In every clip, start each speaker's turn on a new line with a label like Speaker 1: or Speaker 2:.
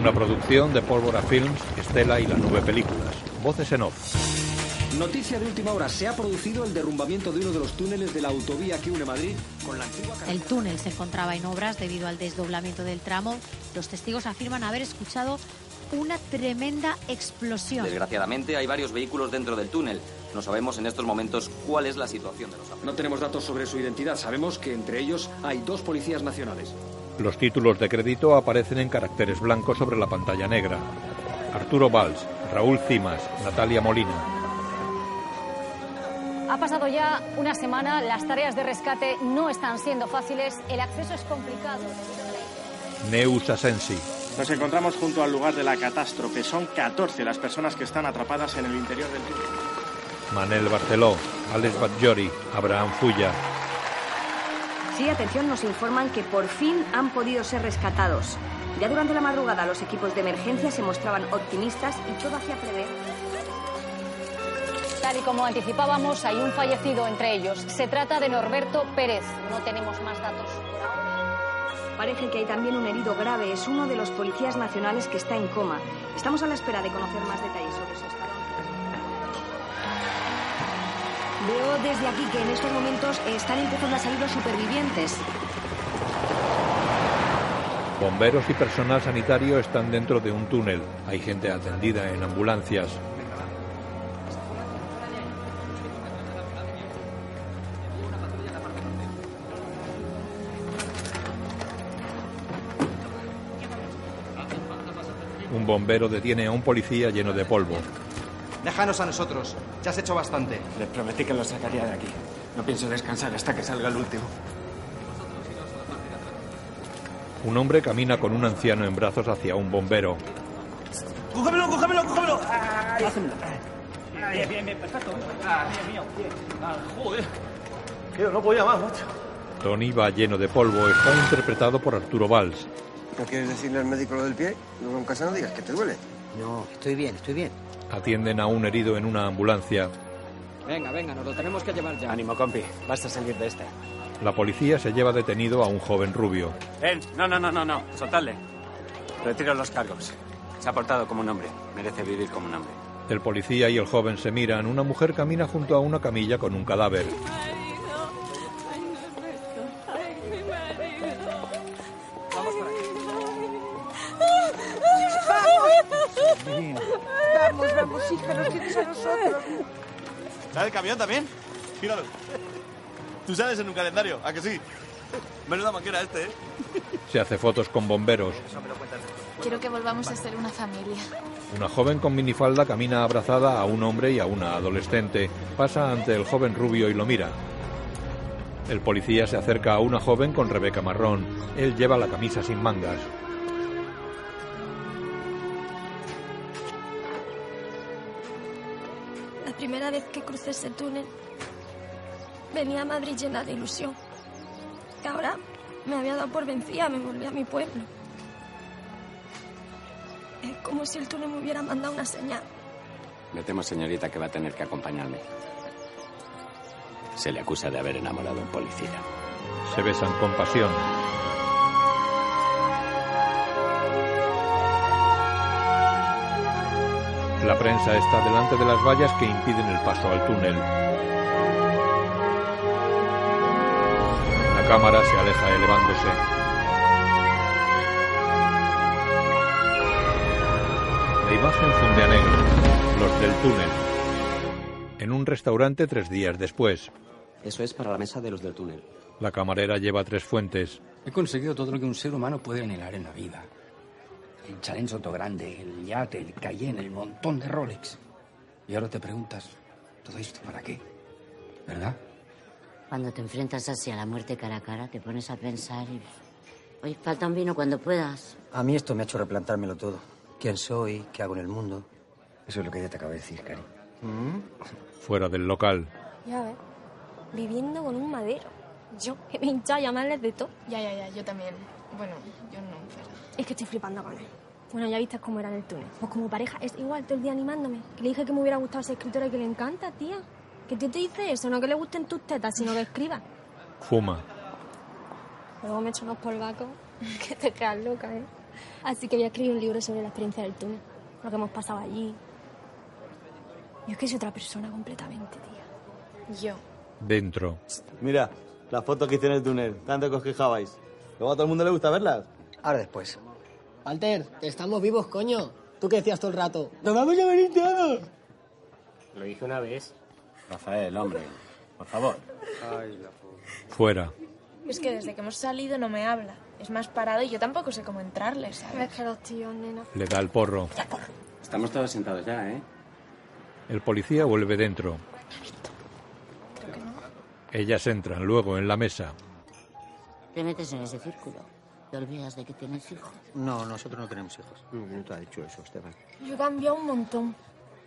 Speaker 1: una producción de Pólvora Films, Estela y la Nube Películas. Voces en off.
Speaker 2: Noticia de última hora. Se ha producido el derrumbamiento de uno de los túneles de la autovía que une Madrid con la antigua...
Speaker 3: El túnel se encontraba en obras debido al desdoblamiento del tramo. Los testigos afirman haber escuchado una tremenda explosión.
Speaker 4: Desgraciadamente hay varios vehículos dentro del túnel. No sabemos en estos momentos cuál es la situación de los afectados.
Speaker 2: No tenemos datos sobre su identidad. Sabemos que entre ellos hay dos policías nacionales.
Speaker 1: Los títulos de crédito aparecen en caracteres blancos sobre la pantalla negra. Arturo Valls, Raúl Cimas, Natalia Molina,
Speaker 5: ha pasado ya una semana, las tareas de rescate no están siendo fáciles, el acceso es complicado.
Speaker 1: Neus Asensi.
Speaker 6: Nos encontramos junto al lugar de la catástrofe. Son 14 las personas que están atrapadas en el interior del túnel.
Speaker 1: Manel Barceló, Alex Batllori, Abraham Fulla.
Speaker 7: Sí, atención, nos informan que por fin han podido ser rescatados. Ya durante la madrugada los equipos de emergencia se mostraban optimistas y todo hacía prever
Speaker 5: tal y como anticipábamos, hay un fallecido entre ellos. Se trata de Norberto Pérez. No tenemos más datos.
Speaker 7: Parece que hay también un herido grave. Es uno de los policías nacionales que está en coma. Estamos a la espera de conocer más detalles sobre su estado. Veo desde aquí que en estos momentos están empezando a salir los supervivientes.
Speaker 1: Bomberos y personal sanitario están dentro de un túnel. Hay gente atendida en ambulancias. Un bombero detiene a un policía lleno de polvo.
Speaker 8: Déjanos a nosotros. Ya has hecho bastante.
Speaker 9: Les prometí que los sacaría de aquí. No pienso descansar hasta que salga el último.
Speaker 1: Un hombre camina con un anciano en brazos hacia un bombero.
Speaker 8: ¡Cógemelo, cógemelo, cógemelo! ¡Ay!
Speaker 10: Bien, bien, bien, perfecto. Ah, bien, mío, bien. Ah, joder.
Speaker 8: Yo no podía más, macho.
Speaker 1: Tony va lleno de polvo. Está interpretado por Arturo Valls.
Speaker 11: ¿No quieres decirle al médico lo del pie? Luego en casa no digas que te duele.
Speaker 12: No, estoy bien, estoy bien.
Speaker 1: Atienden a un herido en una ambulancia.
Speaker 12: Venga, venga, nos lo tenemos que llevar ya.
Speaker 9: Ánimo, compi. Basta salir de esta.
Speaker 1: La policía se lleva detenido a un joven rubio.
Speaker 9: Ven, no, no, no, no, no. Soltadle. Retiro los cargos. Se ha portado como un hombre. Merece vivir como un hombre.
Speaker 1: El policía y el joven se miran. Una mujer camina junto a una camilla con un cadáver.
Speaker 13: Vamos, vamos, hija, nos tienes a nosotros.
Speaker 8: ¿Está el camión también? Míralo. Tú sales en un calendario, ¿a que sí? Menuda manquera este, ¿eh?
Speaker 1: Se hace fotos con bomberos.
Speaker 14: Quiero que volvamos a ser una familia.
Speaker 1: Una joven con minifalda camina abrazada a un hombre y a una adolescente. Pasa ante el joven rubio y lo mira. El policía se acerca a una joven con Rebeca marrón. Él lleva la camisa sin mangas.
Speaker 15: primera vez que crucé ese túnel, venía a Madrid llena de ilusión. Y ahora me había dado por vencida, me volví a mi pueblo. Es como si el túnel me hubiera mandado una señal.
Speaker 9: Me temo, señorita, que va a tener que acompañarme. Se le acusa de haber enamorado a un policía.
Speaker 1: Se besan con pasión. La prensa está delante de las vallas que impiden el paso al túnel. La cámara se aleja elevándose. La imagen funde a negro, los del túnel. En un restaurante tres días después.
Speaker 16: Eso es para la mesa de los del túnel.
Speaker 1: La camarera lleva tres fuentes.
Speaker 17: He conseguido todo lo que un ser humano puede anhelar en la vida. El Chalén Soto Grande, el yate, el Cayenne, el montón de Rolex. Y ahora te preguntas, ¿todo esto para qué? ¿Verdad?
Speaker 18: Cuando te enfrentas así a la muerte cara a cara, te pones a pensar y... Oye, falta un vino cuando puedas.
Speaker 12: A mí esto me ha hecho replantármelo todo. ¿Quién soy? ¿Qué hago en el mundo?
Speaker 17: Eso es lo que yo te acabo de decir, Cari.
Speaker 1: ¿Mm? Fuera del local.
Speaker 15: Ya ves, viviendo con un madero. Yo que me hincha a llamarles de todo.
Speaker 14: Ya, ya, ya, yo también. Bueno, yo no, pero...
Speaker 15: Es que estoy flipando con él. Bueno, ya viste cómo era en el túnel. Pues como pareja es igual todo el día animándome. Que le dije que me hubiera gustado ser escritora y que le encanta, tía. Que tú te dices eso, no que le gusten tus tetas, sino que escriba.
Speaker 1: Fuma.
Speaker 15: Luego me echo unos polvacos que te quedas loca, ¿eh? Así que voy a escribir un libro sobre la experiencia del túnel, lo que hemos pasado allí. Yo es que soy otra persona completamente, tía.
Speaker 14: Yo.
Speaker 1: Dentro.
Speaker 8: Mira, las fotos que hice en el túnel, tanto que os quejabais. Luego a todo el mundo le gusta verlas.
Speaker 19: Ahora después.
Speaker 20: Walter, que estamos vivos, coño. Tú que decías todo el rato, ¡nos vamos a venir todos!
Speaker 9: Lo dije una vez.
Speaker 21: Rafael, hombre, por favor.
Speaker 1: Fuera.
Speaker 14: Es que desde que hemos salido no me habla. Es más parado y yo tampoco sé cómo entrarle,
Speaker 15: Me
Speaker 14: ¿sabes?
Speaker 15: quedo tío, nena.
Speaker 1: Le da el porro.
Speaker 21: Estamos todos sentados ya, ¿eh?
Speaker 1: El policía vuelve dentro. Ellas entran luego en la mesa.
Speaker 18: Te metes en ese círculo. Te olvidas de que tienes hijos.
Speaker 19: No, nosotros no tenemos hijos. No te ha dicho eso, Esteban.
Speaker 15: Yo he cambiado un montón.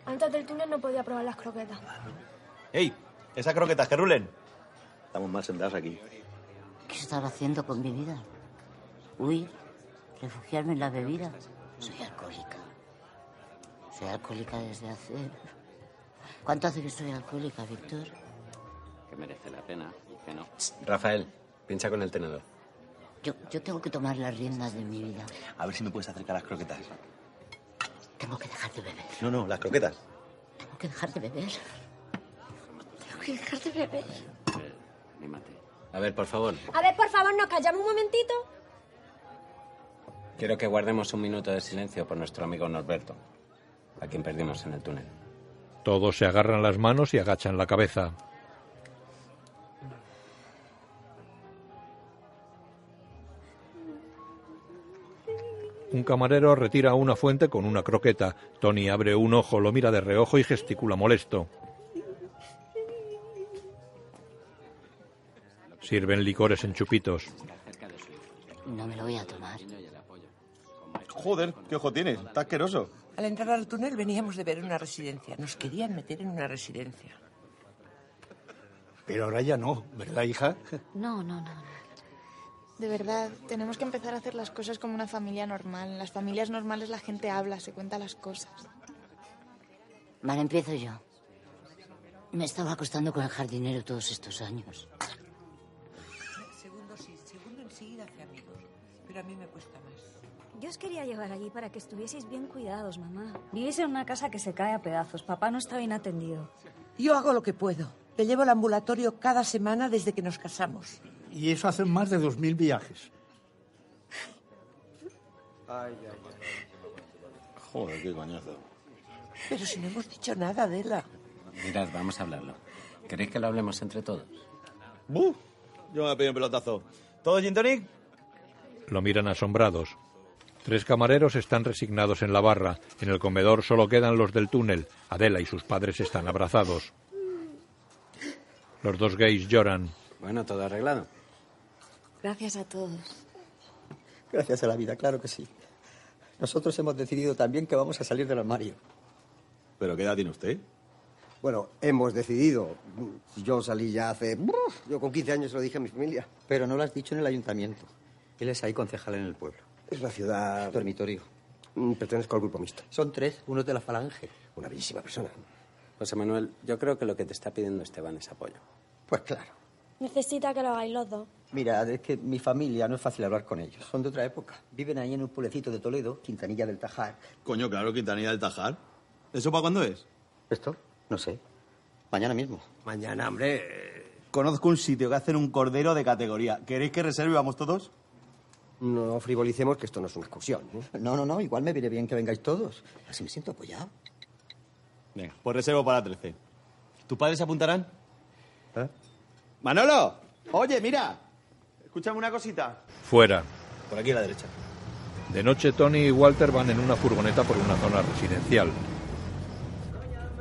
Speaker 15: Antes del túnel no podía probar las croquetas.
Speaker 8: ¡Ey! Esas croquetas que rulen. Estamos mal sentados aquí.
Speaker 18: ¿Qué estaba haciendo con mi vida? Huir, refugiarme en la bebida. Soy alcohólica. Soy alcohólica desde hace... ¿Cuánto hace que soy alcohólica, Víctor?
Speaker 9: Que merece la pena. Que no.
Speaker 19: Rafael, pincha con el tenedor.
Speaker 18: Yo, yo tengo que tomar las riendas de mi vida.
Speaker 19: A ver si me puedes acercar las croquetas.
Speaker 18: Tengo que dejar de beber.
Speaker 19: No, no, las croquetas.
Speaker 18: Tengo que dejar de beber. Tengo que dejar de beber.
Speaker 9: A ver, por favor.
Speaker 15: A ver, por favor, nos callamos un momentito.
Speaker 9: Quiero que guardemos un minuto de silencio por nuestro amigo Norberto, a quien perdimos en el túnel.
Speaker 1: Todos se agarran las manos y agachan la cabeza. Un camarero retira una fuente con una croqueta. Tony abre un ojo, lo mira de reojo y gesticula molesto. Sirven licores en chupitos.
Speaker 18: No me lo voy a tomar.
Speaker 8: Joder, qué ojo tienes. Está asqueroso.
Speaker 7: Al entrar al túnel veníamos de ver una residencia. Nos querían meter en una residencia.
Speaker 22: Pero ahora ya no, ¿verdad, hija?
Speaker 14: No, no, no. De verdad, tenemos que empezar a hacer las cosas como una familia normal. En las familias normales la gente habla, se cuenta las cosas.
Speaker 18: Vale, empiezo yo. Me estaba acostando con el jardinero todos estos años.
Speaker 7: Segundo sí, segundo enseguida hace amigos. Pero a mí me cuesta más.
Speaker 13: Yo os quería llevar allí para que estuvieseis bien cuidados, mamá. Vivís en una casa que se cae a pedazos. Papá no está bien atendido.
Speaker 7: Yo hago lo que puedo. Te llevo al ambulatorio cada semana desde que nos casamos.
Speaker 22: Y eso hacen más de 2.000 viajes.
Speaker 21: Joder, qué coñazo.
Speaker 7: Pero si no hemos dicho nada, Adela.
Speaker 21: Mirad, vamos a hablarlo. ¿Queréis que lo hablemos entre todos?
Speaker 8: ¡Buf! Yo me he pedido un pelotazo. ¿Todo gin tonic?
Speaker 1: Lo miran asombrados. Tres camareros están resignados en la barra. En el comedor solo quedan los del túnel. Adela y sus padres están abrazados. Los dos gays lloran.
Speaker 21: Bueno, todo arreglado.
Speaker 23: Gracias a todos.
Speaker 24: Gracias a la vida, claro que sí. Nosotros hemos decidido también que vamos a salir del armario.
Speaker 8: ¿Pero qué edad tiene usted?
Speaker 24: Bueno, hemos decidido. Yo salí ya hace... Yo con 15 años lo dije a mi familia.
Speaker 2: Pero no lo has dicho en el ayuntamiento. Él es ahí concejal en el pueblo.
Speaker 24: Es la ciudad... Mm,
Speaker 2: Dormitorio.
Speaker 24: Pertenezco al grupo mixto.
Speaker 2: Son tres, uno es de la falange.
Speaker 24: Una bellísima persona.
Speaker 9: José Manuel, yo creo que lo que te está pidiendo Esteban es apoyo.
Speaker 2: Pues claro.
Speaker 15: Necesita que lo hagáis los dos.
Speaker 2: Mira, es que mi familia no es fácil hablar con ellos. Son de otra época. Viven ahí en un pueblecito de Toledo, Quintanilla del Tajar.
Speaker 8: Coño, claro, Quintanilla del Tajar. ¿Eso para cuándo es?
Speaker 2: ¿Esto? No sé. Mañana mismo.
Speaker 24: Mañana, hombre.
Speaker 8: eh, Conozco un sitio que hacen un cordero de categoría. ¿Queréis que reserve y vamos todos?
Speaker 24: No frivolicemos que esto no es una excursión. ¿eh?
Speaker 2: No, no, no. Igual me viene bien que vengáis todos. Así me siento apoyado.
Speaker 8: Venga, pues reservo para 13. ¿Tus padres se apuntarán? ¿Eh? ¡Manolo! Oye, mira. Escúchame una cosita.
Speaker 1: Fuera.
Speaker 8: Por aquí a la derecha.
Speaker 1: De noche, Tony y Walter van en una furgoneta por una zona residencial.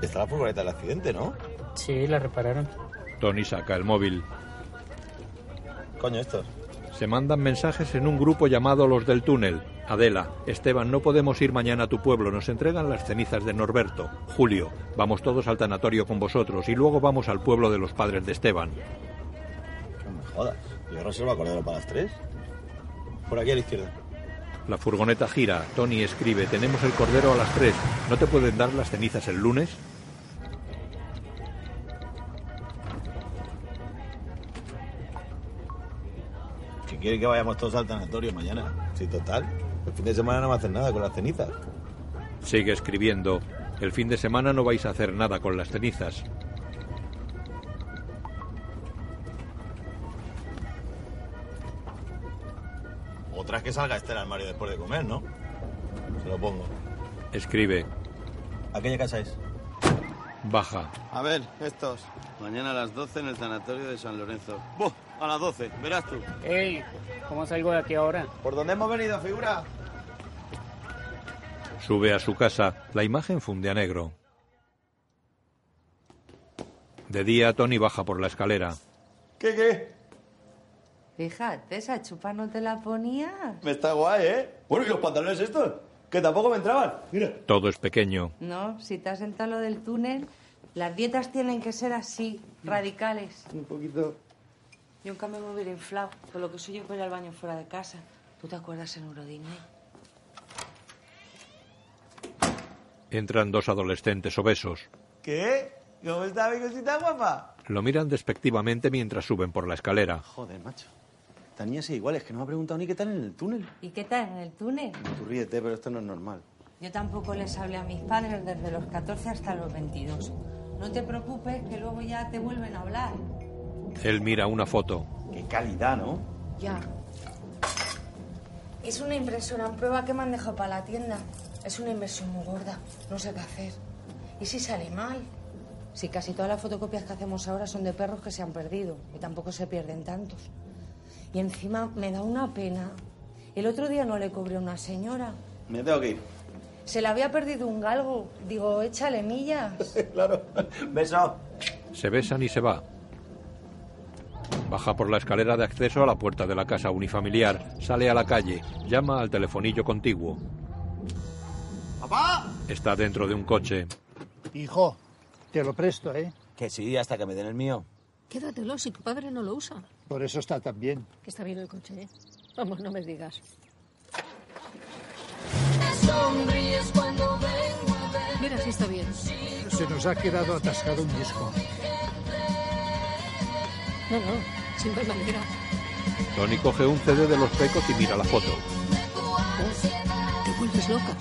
Speaker 8: Está la furgoneta del accidente, ¿no?
Speaker 25: Sí, la repararon.
Speaker 1: Tony saca el móvil.
Speaker 8: Coño, estos.
Speaker 1: Se mandan mensajes en un grupo llamado Los del Túnel. Adela, Esteban, no podemos ir mañana a tu pueblo. Nos entregan las cenizas de Norberto. Julio, vamos todos al tanatorio con vosotros y luego vamos al pueblo de los padres de Esteban.
Speaker 8: No me jodas. Yo reservo a cordero para las 3. Por aquí a la izquierda.
Speaker 1: La furgoneta gira. Tony escribe, tenemos el cordero a las 3. ¿No te pueden dar las cenizas el lunes?
Speaker 8: Que quiere que vayamos todos al tanatorio mañana. Sí, total.
Speaker 26: El fin de semana no me hacen nada con las cenizas.
Speaker 1: Sigue escribiendo. El fin de semana no vais a hacer nada con las cenizas.
Speaker 26: Otra es que salga este del armario después de comer, ¿no? Se lo pongo.
Speaker 1: Escribe.
Speaker 26: Aquella casa es.
Speaker 1: Baja.
Speaker 21: A ver, estos.
Speaker 8: Mañana a las 12 en el tanatorio de San Lorenzo.
Speaker 21: Buh, a las 12, verás tú.
Speaker 8: ¡Ey! ¿Cómo salgo de aquí ahora?
Speaker 21: ¿Por dónde hemos venido, figura?
Speaker 1: Sube a su casa. La imagen funde a negro. De día, Tony baja por la escalera.
Speaker 21: ¿Qué, qué?
Speaker 7: Fíjate, esa chupa no te la ponía.
Speaker 21: Me está guay, ¿eh? Bueno, ¿y los pantalones estos? Que tampoco me entraban. Mira.
Speaker 1: Todo es pequeño.
Speaker 7: No, si te has sentado lo del túnel, las dietas tienen que ser así, radicales.
Speaker 26: Un poquito.
Speaker 7: Mm. Yo nunca me hubiera inflado, por lo que soy yo voy al baño fuera de casa. ¿Tú te acuerdas en Eurodisney?
Speaker 1: Entran dos adolescentes obesos.
Speaker 21: ¿Qué? ¿Cómo está mi cosita guapa?
Speaker 1: Lo miran despectivamente mientras suben por la escalera.
Speaker 8: Joder, macho. Tan niñas e iguales, que no me ha preguntado ni qué tal en el túnel.
Speaker 7: ¿Y qué tal en el túnel?
Speaker 8: Tú ríete, pero esto no es normal.
Speaker 7: Yo tampoco les hablé a mis padres desde los 14 hasta los 22. No te
Speaker 20: Pues
Speaker 7: preocupes, que luego ya te vuelven a hablar.
Speaker 1: Él mira una foto.
Speaker 8: Qué calidad, ¿no?
Speaker 15: Ya. Es una impresora en prueba que me han dejado para la tienda. Es una inversión muy gorda. No sé qué hacer. ¿Y si sale mal?
Speaker 7: Si casi todas las fotocopias que hacemos ahora son de perros que se han perdido. Y tampoco se pierden tantos. Y encima me da una pena. El otro día no le cobré a una señora.
Speaker 8: Me tengo que ir.
Speaker 7: Se le había perdido un galgo. Digo, échale millas.
Speaker 8: claro. Beso.
Speaker 1: Se besan y se va. Baja por la escalera de acceso a la puerta de la casa unifamiliar, sale a la calle, llama al telefonillo contiguo.
Speaker 21: ¡Papá!
Speaker 1: Está dentro de un coche.
Speaker 22: Hijo, te lo presto, ¿eh?
Speaker 8: Que sí, hasta que me den el mío.
Speaker 13: Quédatelo si tu padre no lo usa.
Speaker 22: Por eso está tan bien.
Speaker 13: Que está bien el coche, ¿eh? Vamos, no me digas. Mira si está bien.
Speaker 22: Se nos ha quedado atascado un disco.
Speaker 13: No, no, siempre manera.
Speaker 1: Tony coge un CD de los pecos y mira la foto.
Speaker 13: Oh, te vuelves loca.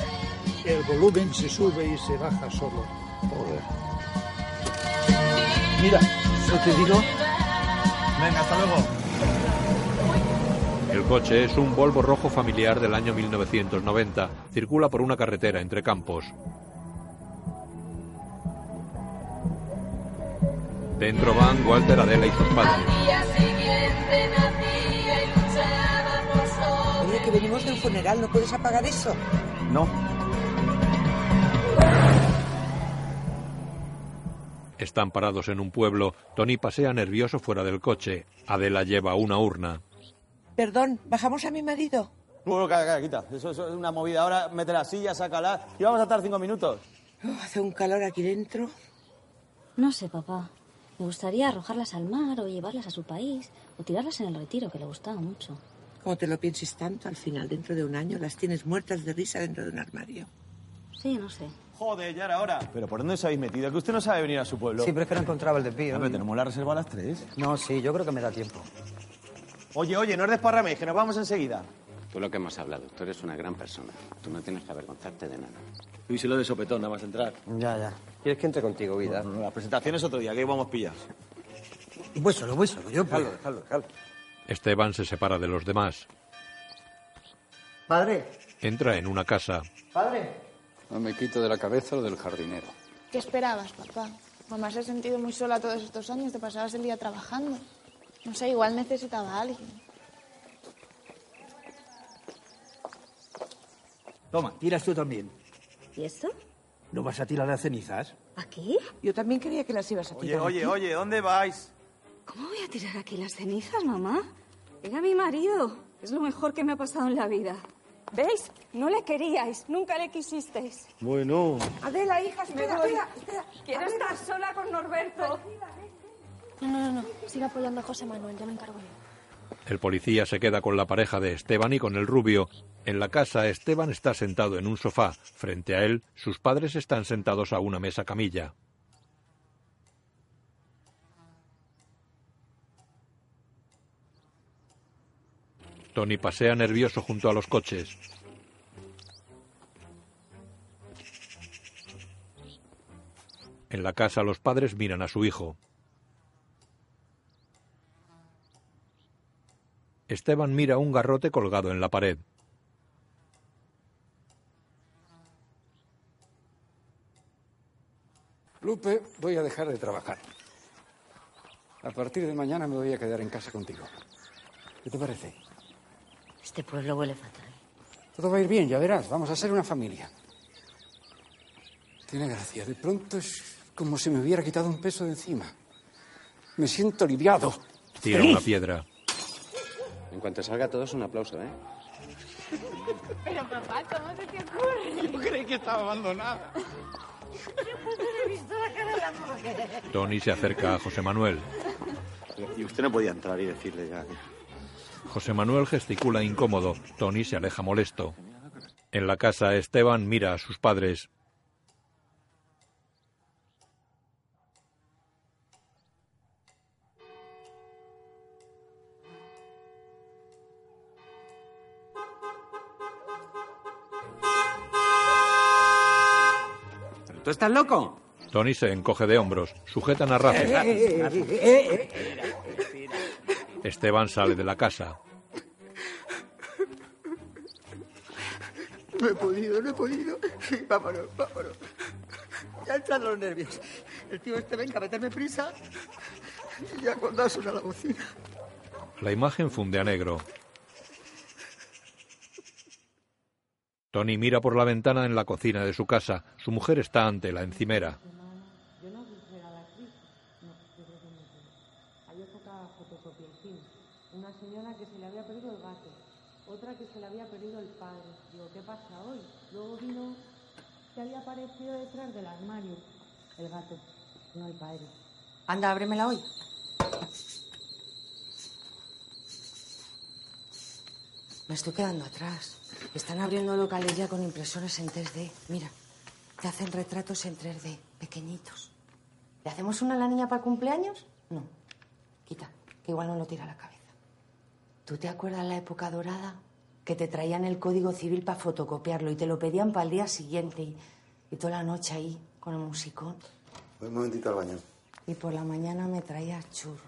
Speaker 22: El volumen se sube y se baja solo. Joder. Mira, ¿no te digo?
Speaker 21: Venga, hasta luego.
Speaker 1: El coche es un Volvo rojo familiar del año 1990. Circula por una carretera entre campos. Dentro van Walter, Adela y sus padres.
Speaker 27: Oye, que venimos de un funeral, ¿no puedes apagar eso?
Speaker 8: No.
Speaker 1: Están parados en un pueblo. Tony pasea nervioso fuera del coche. Adela lleva una urna.
Speaker 27: Perdón, ¿bajamos a mi marido?
Speaker 8: Bueno, calla, calla, quita. Eso, eso es una movida. Ahora mete la silla, sácala y vamos a estar cinco minutos.
Speaker 27: Oh, hace un calor aquí dentro.
Speaker 13: No sé, papá. Me gustaría arrojarlas al mar o llevarlas a su país o tirarlas en el retiro, que le gustaba mucho.
Speaker 27: Como te lo pienses tanto, al final, dentro de un año, las tienes muertas de risa dentro de un armario.
Speaker 13: Sí, no sé.
Speaker 21: Joder, ya era hora.
Speaker 8: ¿Pero por dónde os habéis metido? Que usted no sabe venir a su pueblo.
Speaker 2: Sí, pero es que no encontraba el desvío.
Speaker 8: Ah, pero tenemos la reserva a las tres.
Speaker 2: No, sí, yo creo que me da tiempo.
Speaker 21: Oye, oye, no os desparraméis, que nos vamos enseguida.
Speaker 9: Tú lo que hemos hablado, tú eres una gran persona. Tú no tienes que avergonzarte de nada.
Speaker 8: Y si lo de sopetón, nada más entrar.
Speaker 2: Ya, ya. ¿Quieres que entre contigo, vida?
Speaker 8: No, no, las presentaciones otro día, que ahí vamos pillas.
Speaker 2: Voy solo, voy solo, yo pues.
Speaker 8: Déjalo, déjalo, déjalo.
Speaker 1: Esteban se separa de los demás.
Speaker 2: Padre.
Speaker 1: Entra en una casa.
Speaker 2: Padre.
Speaker 17: No me quito de la cabeza lo del jardinero.
Speaker 14: ¿Qué esperabas, papá? Mamá se ha sentido muy sola todos estos años, te pasabas el día trabajando. No sé, igual necesitaba a alguien.
Speaker 2: Toma, tiras tú también.
Speaker 13: ¿Y esto?
Speaker 2: ¿No vas a tirar las cenizas?
Speaker 13: ¿Aquí?
Speaker 27: Yo también creía que las ibas a
Speaker 21: Oye,
Speaker 27: tirar.
Speaker 21: oye,
Speaker 27: aquí.
Speaker 21: oye, ¿dónde vais?
Speaker 13: ¿Cómo voy a tirar aquí las cenizas, mamá? Era mi marido. Es lo mejor que me ha pasado en la vida. ¿Veis? No le queríais, nunca le quisisteis.
Speaker 26: Bueno.
Speaker 27: Adela, hija, espera,
Speaker 13: Me voy.
Speaker 27: espera, espera.
Speaker 13: Quiero
Speaker 27: Adela.
Speaker 13: estar sola con Norberto.
Speaker 15: No, no, no, no. Sigue apoyando a José Manuel, ya me encargo yo.
Speaker 1: El policía se queda con la pareja de Esteban y con el rubio. En la casa, Esteban está sentado en un sofá. Frente a él, sus padres están sentados a una mesa camilla. Tony pasea nervioso junto a los coches. En la casa los padres miran a su hijo. Esteban mira un garrote colgado en la pared.
Speaker 17: Lupe, voy a dejar de trabajar. A partir de mañana me voy a quedar en casa contigo. ¿Qué te parece?
Speaker 18: Este pueblo huele fatal.
Speaker 17: Todo va a ir bien, ya verás. Vamos a ser una familia. Tiene gracia. De pronto es como si me hubiera quitado un peso de encima. Me siento aliviado.
Speaker 1: Tira una piedra.
Speaker 9: En cuanto salga todos un aplauso, ¿eh?
Speaker 28: Pero papá, ¿cómo se te ocurre?
Speaker 29: Yo creí que estaba abandonada.
Speaker 28: he visto la cara de la mujer.
Speaker 1: Tony se acerca a José Manuel.
Speaker 8: Y usted no podía entrar y decirle ya.
Speaker 1: José Manuel gesticula incómodo. Tony se aleja molesto. En la casa, Esteban mira a sus padres.
Speaker 30: ¿Tú estás loco?
Speaker 1: Tony se encoge de hombros. Sujetan a Rafa. eh, Esteban sale de la casa.
Speaker 13: No he podido, no he podido. Sí, vámonos, vámonos. Ya entran los nervios. El tío este venga a meterme prisa. Y ya cuando suena la bocina.
Speaker 1: La imagen funde a negro. Tony mira por la ventana en la cocina de su casa. Su mujer está ante la encimera.
Speaker 7: Yo no vi que era la actriz. No, yo creo que no fue. Ayer tocaba fotocopia el cine. Una señora que se le había perdido el gato. Otra que se le había perdido el padre. Digo, ¿qué pasa hoy? Luego vino que había aparecido detrás del armario. El gato, no el padre. Anda, ábremela hoy. Me estoy quedando atrás. Están abriendo locales ya con impresoras en 3D. Mira, te hacen retratos en 3D, pequeñitos. ¿Le hacemos una a la niña para el cumpleaños? No. Quita, que igual no lo tira a la cabeza. ¿Tú te acuerdas la época dorada? Que te traían el código civil para fotocopiarlo y te lo pedían para el día siguiente y, y toda la noche ahí con el musicón.
Speaker 31: Voy un momentito al baño.
Speaker 7: Y por la mañana me traías churros.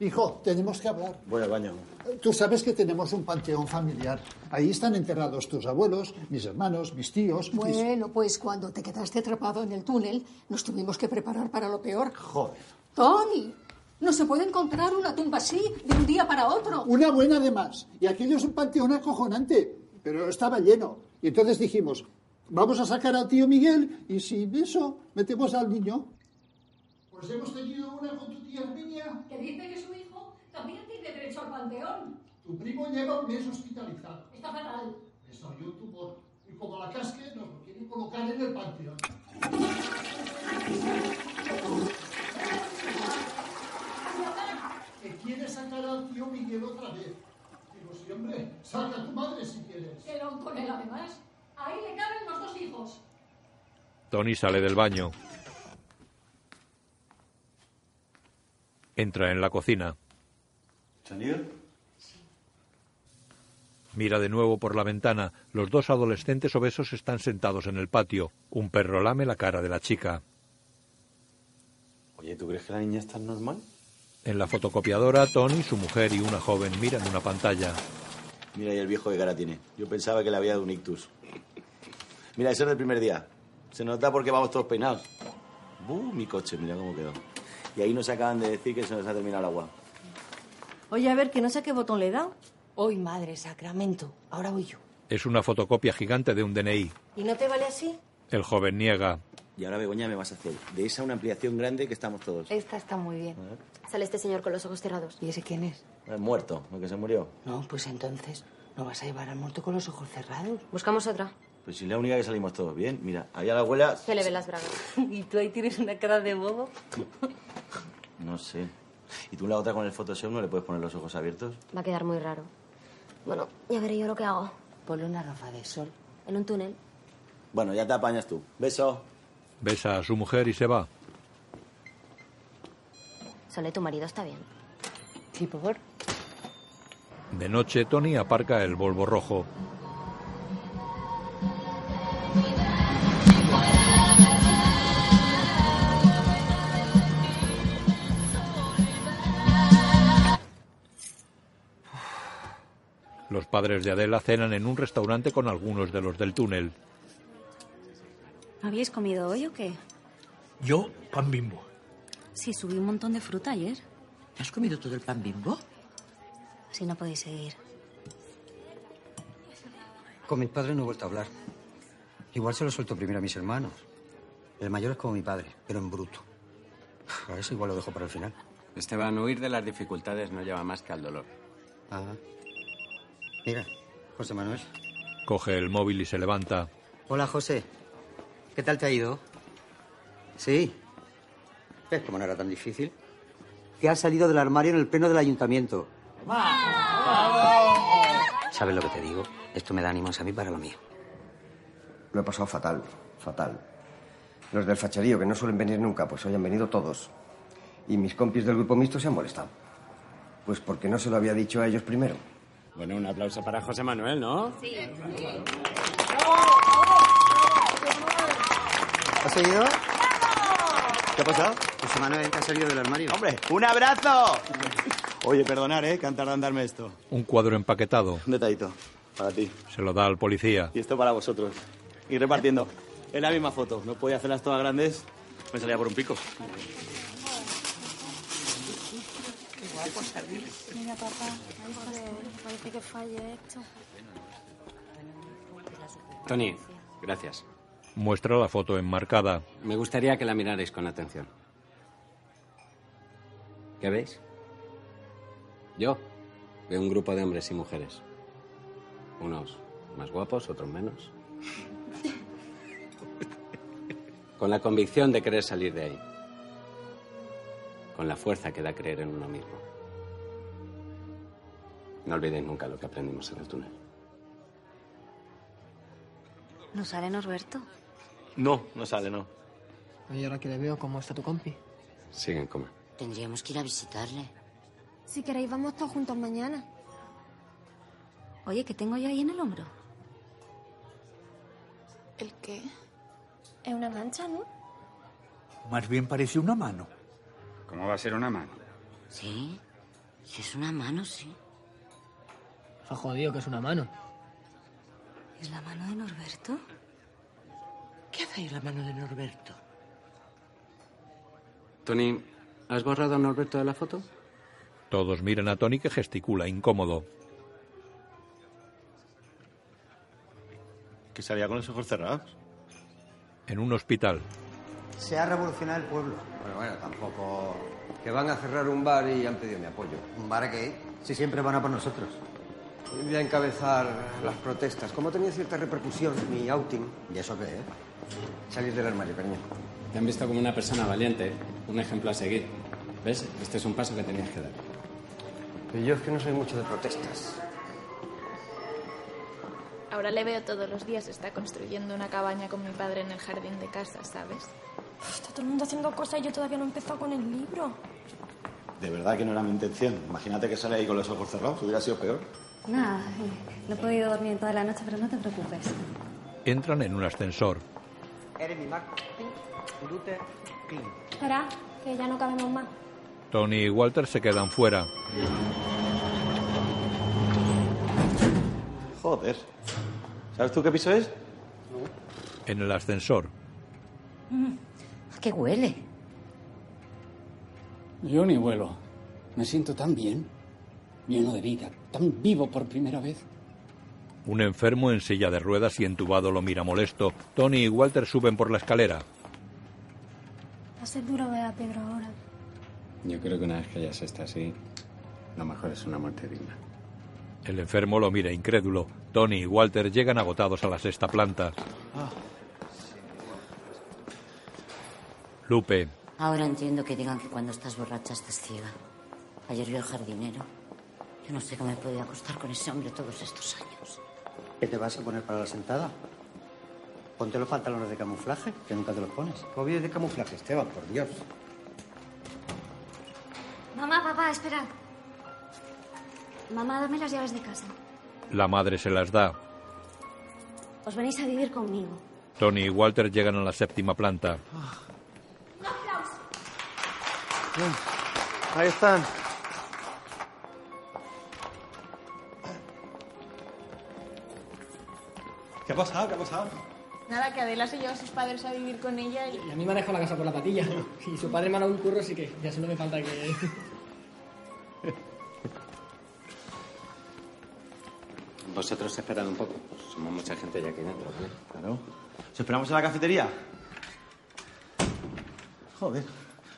Speaker 22: Hijo, tenemos que hablar.
Speaker 31: Voy al baño.
Speaker 22: Tú sabes que tenemos un panteón familiar. Ahí están enterrados tus abuelos, mis hermanos, mis tíos. mis-
Speaker 32: Bueno, pues cuando te quedaste atrapado en el túnel, nos tuvimos que preparar para lo peor.
Speaker 22: Joder.
Speaker 32: ¡Tony! No se puede encontrar una tumba así de un día para otro.
Speaker 22: Una buena además. Y aquello es un panteón acojonante. Pero estaba lleno. Y entonces dijimos, vamos a sacar al tío Miguel y si eso, metemos al niño.
Speaker 13: Pues hemos tenido una con tu tía Herminia.
Speaker 32: Que dice que su hijo también tiene derecho al panteón.
Speaker 13: Tu primo lleva un mes hospitalizado.
Speaker 32: Está fatal.
Speaker 13: Le salió un tumor. Y como la casque, nos lo quieren colocar en el panteón. Que quiere sacar al tío Miguel otra vez. Digo, sí, hombre, saca a tu madre si quieres.
Speaker 32: Pero con él además. Ahí le caben los dos hijos.
Speaker 1: Tony sale del baño. Entra en la cocina.
Speaker 8: ¿Se han ido?
Speaker 1: Mira de nuevo por la ventana. Los dos adolescentes obesos están sentados en el patio. Un perro lame la cara de la chica.
Speaker 8: Oye, ¿tú crees que la niña está normal?
Speaker 1: En la fotocopiadora, Tony, su mujer y una joven miran una pantalla.
Speaker 8: Mira ahí el viejo de cara tiene. Yo pensaba que le había dado un ictus. Mira, eso es del primer día. Se nota porque vamos todos peinados. ¡Buh! Mi coche, mira cómo quedó. Y ahí nos acaban de decir que se nos ha terminado el agua.
Speaker 7: Oye, a ver, que no sé qué botón le he dado. Hoy, madre, sacramento. Ahora voy yo.
Speaker 1: Es una fotocopia gigante de un DNI.
Speaker 7: ¿Y no te vale así?
Speaker 1: El joven niega.
Speaker 8: Y ahora, Begoña, me vas a hacer de esa una ampliación grande que estamos todos.
Speaker 7: Esta está muy bien.
Speaker 5: Sale este señor con los ojos cerrados.
Speaker 7: ¿Y ese quién es?
Speaker 8: Eh, Muerto, el que se murió.
Speaker 7: No, pues entonces, ¿no vas a llevar al muerto con los ojos cerrados?
Speaker 5: Buscamos otra.
Speaker 8: Pues si es la única que salimos todos bien. Mira, allá la abuela.
Speaker 5: Se le ven las bragas.
Speaker 7: ¿Y tú ahí tienes una cara de bobo?
Speaker 8: No sé. ¿Y tú la otra con el Photoshop no le puedes poner los ojos abiertos?
Speaker 5: Va a quedar muy raro. Bueno, ya veré yo lo que hago.
Speaker 7: Ponle una gafa de sol.
Speaker 5: En un túnel.
Speaker 8: Bueno, ya te apañas tú. Beso.
Speaker 1: Besa a su mujer y se va.
Speaker 5: Sole, tu marido está bien.
Speaker 7: Sí, por favor.
Speaker 1: De noche, Tony aparca el Volvo rojo. padres de Adela cenan en un restaurante con algunos de los del túnel.
Speaker 20: ¿Habíais comido hoy o qué?
Speaker 33: Yo, pan bimbo.
Speaker 20: Sí, subí un montón de fruta ayer.
Speaker 33: ¿Has comido todo el pan bimbo?
Speaker 20: Así no podéis seguir.
Speaker 2: Con mi padre no he vuelto a hablar. Igual se lo suelto primero a mis hermanos. El mayor es como mi padre, pero en bruto. A eso igual lo dejo para el final.
Speaker 9: Esteban, huir de las dificultades no lleva más que al dolor.
Speaker 2: Ah. Mira, José Manuel.
Speaker 1: Coge el móvil y se levanta.
Speaker 2: Hola, José. ¿Qué tal te ha ido? Sí. Es como no era tan difícil. Que has salido del armario en el pleno del ayuntamiento. ¿Sabes lo que te digo? Esto me da ánimos a mí para lo mío.
Speaker 34: Lo he pasado fatal, fatal. Los del facherío, que no suelen venir nunca, pues hoy han venido todos. Y mis compis del grupo mixto se han molestado. Pues porque no se lo había dicho a ellos primero.
Speaker 9: Bueno, un aplauso para José Manuel, ¿no?
Speaker 20: Sí.
Speaker 2: ¿Has oído?
Speaker 8: ¿Qué ha pasado?
Speaker 2: José Manuel, ¿te has salido del armario?
Speaker 8: Hombre, un abrazo. Oye, perdonar, ¿eh? Que han tardado en darme esto.
Speaker 1: Un cuadro empaquetado.
Speaker 8: Un detallito. Para ti.
Speaker 1: Se lo da al policía.
Speaker 8: Y esto para vosotros. Y repartiendo. Es la misma foto. No podía hacerlas todas grandes. Me salía por un pico.
Speaker 15: Mira, papá, parece que falle esto.
Speaker 9: Tony, gracias.
Speaker 1: Muestra la foto enmarcada.
Speaker 9: Me gustaría que la mirarais con atención. ¿Qué veis? Yo veo un grupo de hombres y mujeres. Unos más guapos, otros menos. Con la convicción de querer salir de ahí. Con la fuerza que da creer en uno mismo. No olvidéis nunca lo que aprendimos en el túnel.
Speaker 20: ¿No sale Norberto?
Speaker 8: No, no sale, no.
Speaker 20: Oye, ahora que le veo, ¿cómo está tu compi?
Speaker 9: Sigue en coma.
Speaker 18: Tendríamos que ir a visitarle.
Speaker 15: Si queréis, vamos todos juntos mañana.
Speaker 20: Oye, ¿qué tengo yo ahí en el hombro?
Speaker 14: ¿El qué?
Speaker 15: Es una mancha, ¿no?
Speaker 33: Más bien parece una mano.
Speaker 35: ¿Cómo va a ser una mano?
Speaker 18: Sí. Si es una mano, sí.
Speaker 20: Fa jodido que es una mano. ¿Es la mano de Norberto?
Speaker 33: ¿Qué hace ahí la mano de Norberto?
Speaker 9: Tony, ¿has borrado a Norberto de la foto?
Speaker 1: Todos miran a Tony que gesticula incómodo.
Speaker 8: Que salía con los ojos cerrados.
Speaker 1: En un hospital,
Speaker 2: Se ha revolucionado el pueblo.
Speaker 34: Bueno, bueno, tampoco. Que van a cerrar un bar y han pedido mi apoyo.
Speaker 2: ¿Un bar a qué? Si siempre van a por nosotros.
Speaker 34: Voy a encabezar las protestas. Como tenía cierta repercusión mi outing,
Speaker 2: ¿Y eso qué? eh?
Speaker 34: salir del armario, cariño.
Speaker 9: Te han visto como una persona valiente, un ejemplo a seguir. ¿Ves? Este es un paso que tenías que dar.
Speaker 34: Pero yo es que no soy mucho de protestas.
Speaker 14: Ahora le veo todos los días. Está construyendo una cabaña con mi padre en el jardín de casa, ¿sabes?
Speaker 15: Está todo el mundo haciendo cosas y yo todavía no he empezado con el libro.
Speaker 8: De verdad que no era mi intención. Imagínate que sale ahí con los ojos cerrados. Hubiera sido peor.
Speaker 20: Nada, eh, no he podido dormir toda la noche, pero no te preocupes.
Speaker 1: entran en un ascensor.
Speaker 2: Eres mi Mac.
Speaker 15: Espera, que ya no cabemos más.
Speaker 1: Tony y Walter se quedan fuera.
Speaker 8: Joder. ¿Sabes tú qué piso es?
Speaker 1: En el ascensor,
Speaker 18: Mm. ¿A qué huele?
Speaker 35: Yo ni vuelo. Me siento tan bien, lleno de vida, tan vivo por primera vez.
Speaker 1: un enfermo en silla de ruedas y entubado lo mira molesto. Tony y Walter suben por la escalera.
Speaker 15: Va a ser duro ver a Pedro ahora.
Speaker 9: Yo creo que una vez que ya se está así, lo mejor es una muerte digna.
Speaker 1: El enfermo lo mira incrédulo. Tony y Walter llegan agotados a la sexta planta. Lupe,
Speaker 18: Ahora entiendo que digan que cuando estás borracha estás ciega. Ayer vio el jardinero. Yo no sé cómo me he podido acostar con ese hombre todos estos años.
Speaker 2: ¿Qué te vas a poner para la sentada? Ponte los pantalones de camuflaje, que nunca te los pones. ¿Cómo vives de camuflaje, Esteban? Por Dios.
Speaker 20: Mamá, papá, espera. Mamá, dame las llaves de casa.
Speaker 1: la madre se las da.
Speaker 20: Os venís a vivir conmigo.
Speaker 1: Tony y Walter llegan a la séptima planta.
Speaker 8: Ahí están.
Speaker 36: ha pasado? ¿Qué ha pasado?
Speaker 14: Nada, que Adela se lleva a sus padres a vivir con ella y...
Speaker 20: Y a mí me ha dejado la casa por la patilla. Y su padre me ha dado un curro, así que ya solo me falta que...
Speaker 9: Vosotros esperad un poco. pues Somos mucha gente ya aquí dentro, ¿vale?
Speaker 8: Claro. ¿Os esperamos en la cafetería? Joder,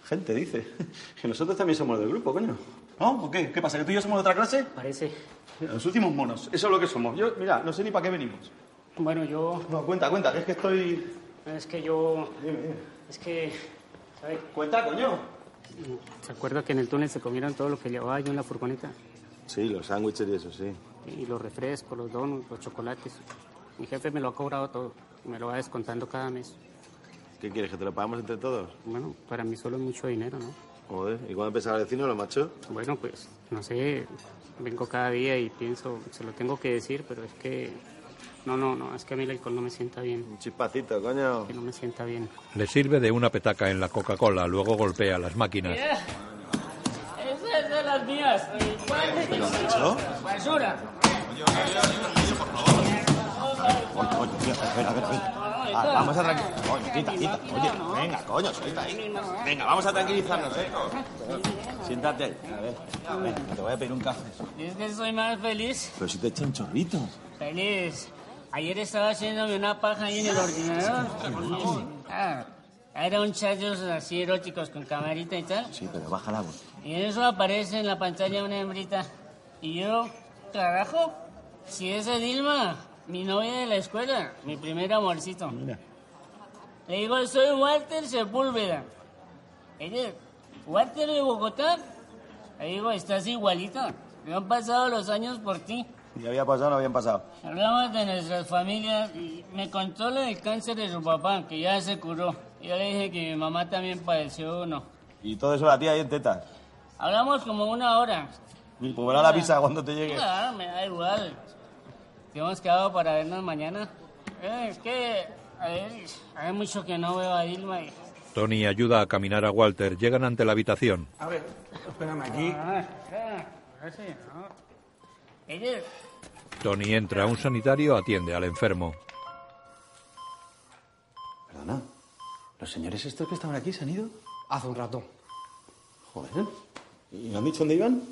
Speaker 8: gente dice. Que nosotros también somos del grupo, coño.
Speaker 36: ¿No? ¿O qué? ¿Qué pasa? ¿Que tú y yo somos de otra clase? Parece. Los últimos monos. Eso es lo que somos. Yo, mira, no sé ni para qué venimos.
Speaker 21: Bueno, yo...
Speaker 36: No, cuenta, cuenta, que es que estoy...
Speaker 21: Es que yo... Es que... ¿sabes?
Speaker 36: Cuenta, coño.
Speaker 21: ¿Se acuerda que en el túnel se comieron todo lo que llevaba yo en la furgoneta?
Speaker 8: Sí, los sándwiches y eso, sí.
Speaker 21: Y los refrescos, los donuts, los chocolates. Mi jefe me lo ha cobrado todo. Me lo va descontando cada mes.
Speaker 8: ¿Qué quieres, que te lo pagamos entre todos?
Speaker 21: Bueno, para mí solo es mucho dinero, ¿no?
Speaker 8: Joder, ¿y cuándo empezaba el vecino, lo macho?
Speaker 21: Bueno, pues, no sé. Vengo cada día y pienso, se lo tengo que decir, pero es que... No, no, no, es que a mí el alcohol no me sienta bien.
Speaker 8: Un chispacito, coño.
Speaker 21: Que no me sienta bien.
Speaker 1: Le sirve de una petaca en la Coca-Cola, luego golpea las máquinas.
Speaker 20: Esa es de las mías.
Speaker 8: ¿Lo has hecho?
Speaker 20: Basura.
Speaker 8: Oye, oye, tío, espera, a ver, venga. Ah, vamos a tranquilizarnos. Oye, quita, quita. Oye, venga, coño, suelta ahí. Venga, vamos a tranquilizarnos, eh. Siéntate ahí. A ver, venga, te voy a pedir un café.
Speaker 21: Es que soy más feliz.
Speaker 8: Pero si te echa un chorrito.
Speaker 21: Feliz. Ayer estaba haciéndome una paja ahí en el ordenador. Ah, eran chayos así eróticos con camarita y tal.
Speaker 8: Sí, pero baja la voz.
Speaker 21: Y en eso aparece en la pantalla una hembrita. Y yo, carajo, si es de Dilma, mi novia de la escuela, mi primer amorcito.
Speaker 8: Mira.
Speaker 21: Le digo, soy Walter Sepúlveda. Ella, Walter de Bogotá. Le digo, estás igualita. Me han pasado los años por ti.
Speaker 8: ¿Y había pasado o no habían pasado?
Speaker 21: Hablamos de nuestras familias y me contó lo del cáncer de su papá, que ya se curó. Yo le dije que mi mamá también padeció uno.
Speaker 8: Y todo eso la tía ahí en tetas.
Speaker 21: Hablamos como una hora.
Speaker 8: Y cobrar la pizza cuando te llegue.
Speaker 21: Claro, me da igual. ¿Te hemos quedado para vernos mañana? Eh, es que a ver, hay mucho que no veo a Dilma. y-
Speaker 1: Tony ayuda a caminar a Walter. Llegan ante la habitación.
Speaker 21: A ver, espérame aquí. eh. Ella,
Speaker 1: Tony entra. Un sanitario atiende al enfermo.
Speaker 8: Perdona. ¿Los señores estos que estaban aquí se han ido?
Speaker 20: Hace un rato.
Speaker 8: Joder. ¿Y no han dicho dónde iban?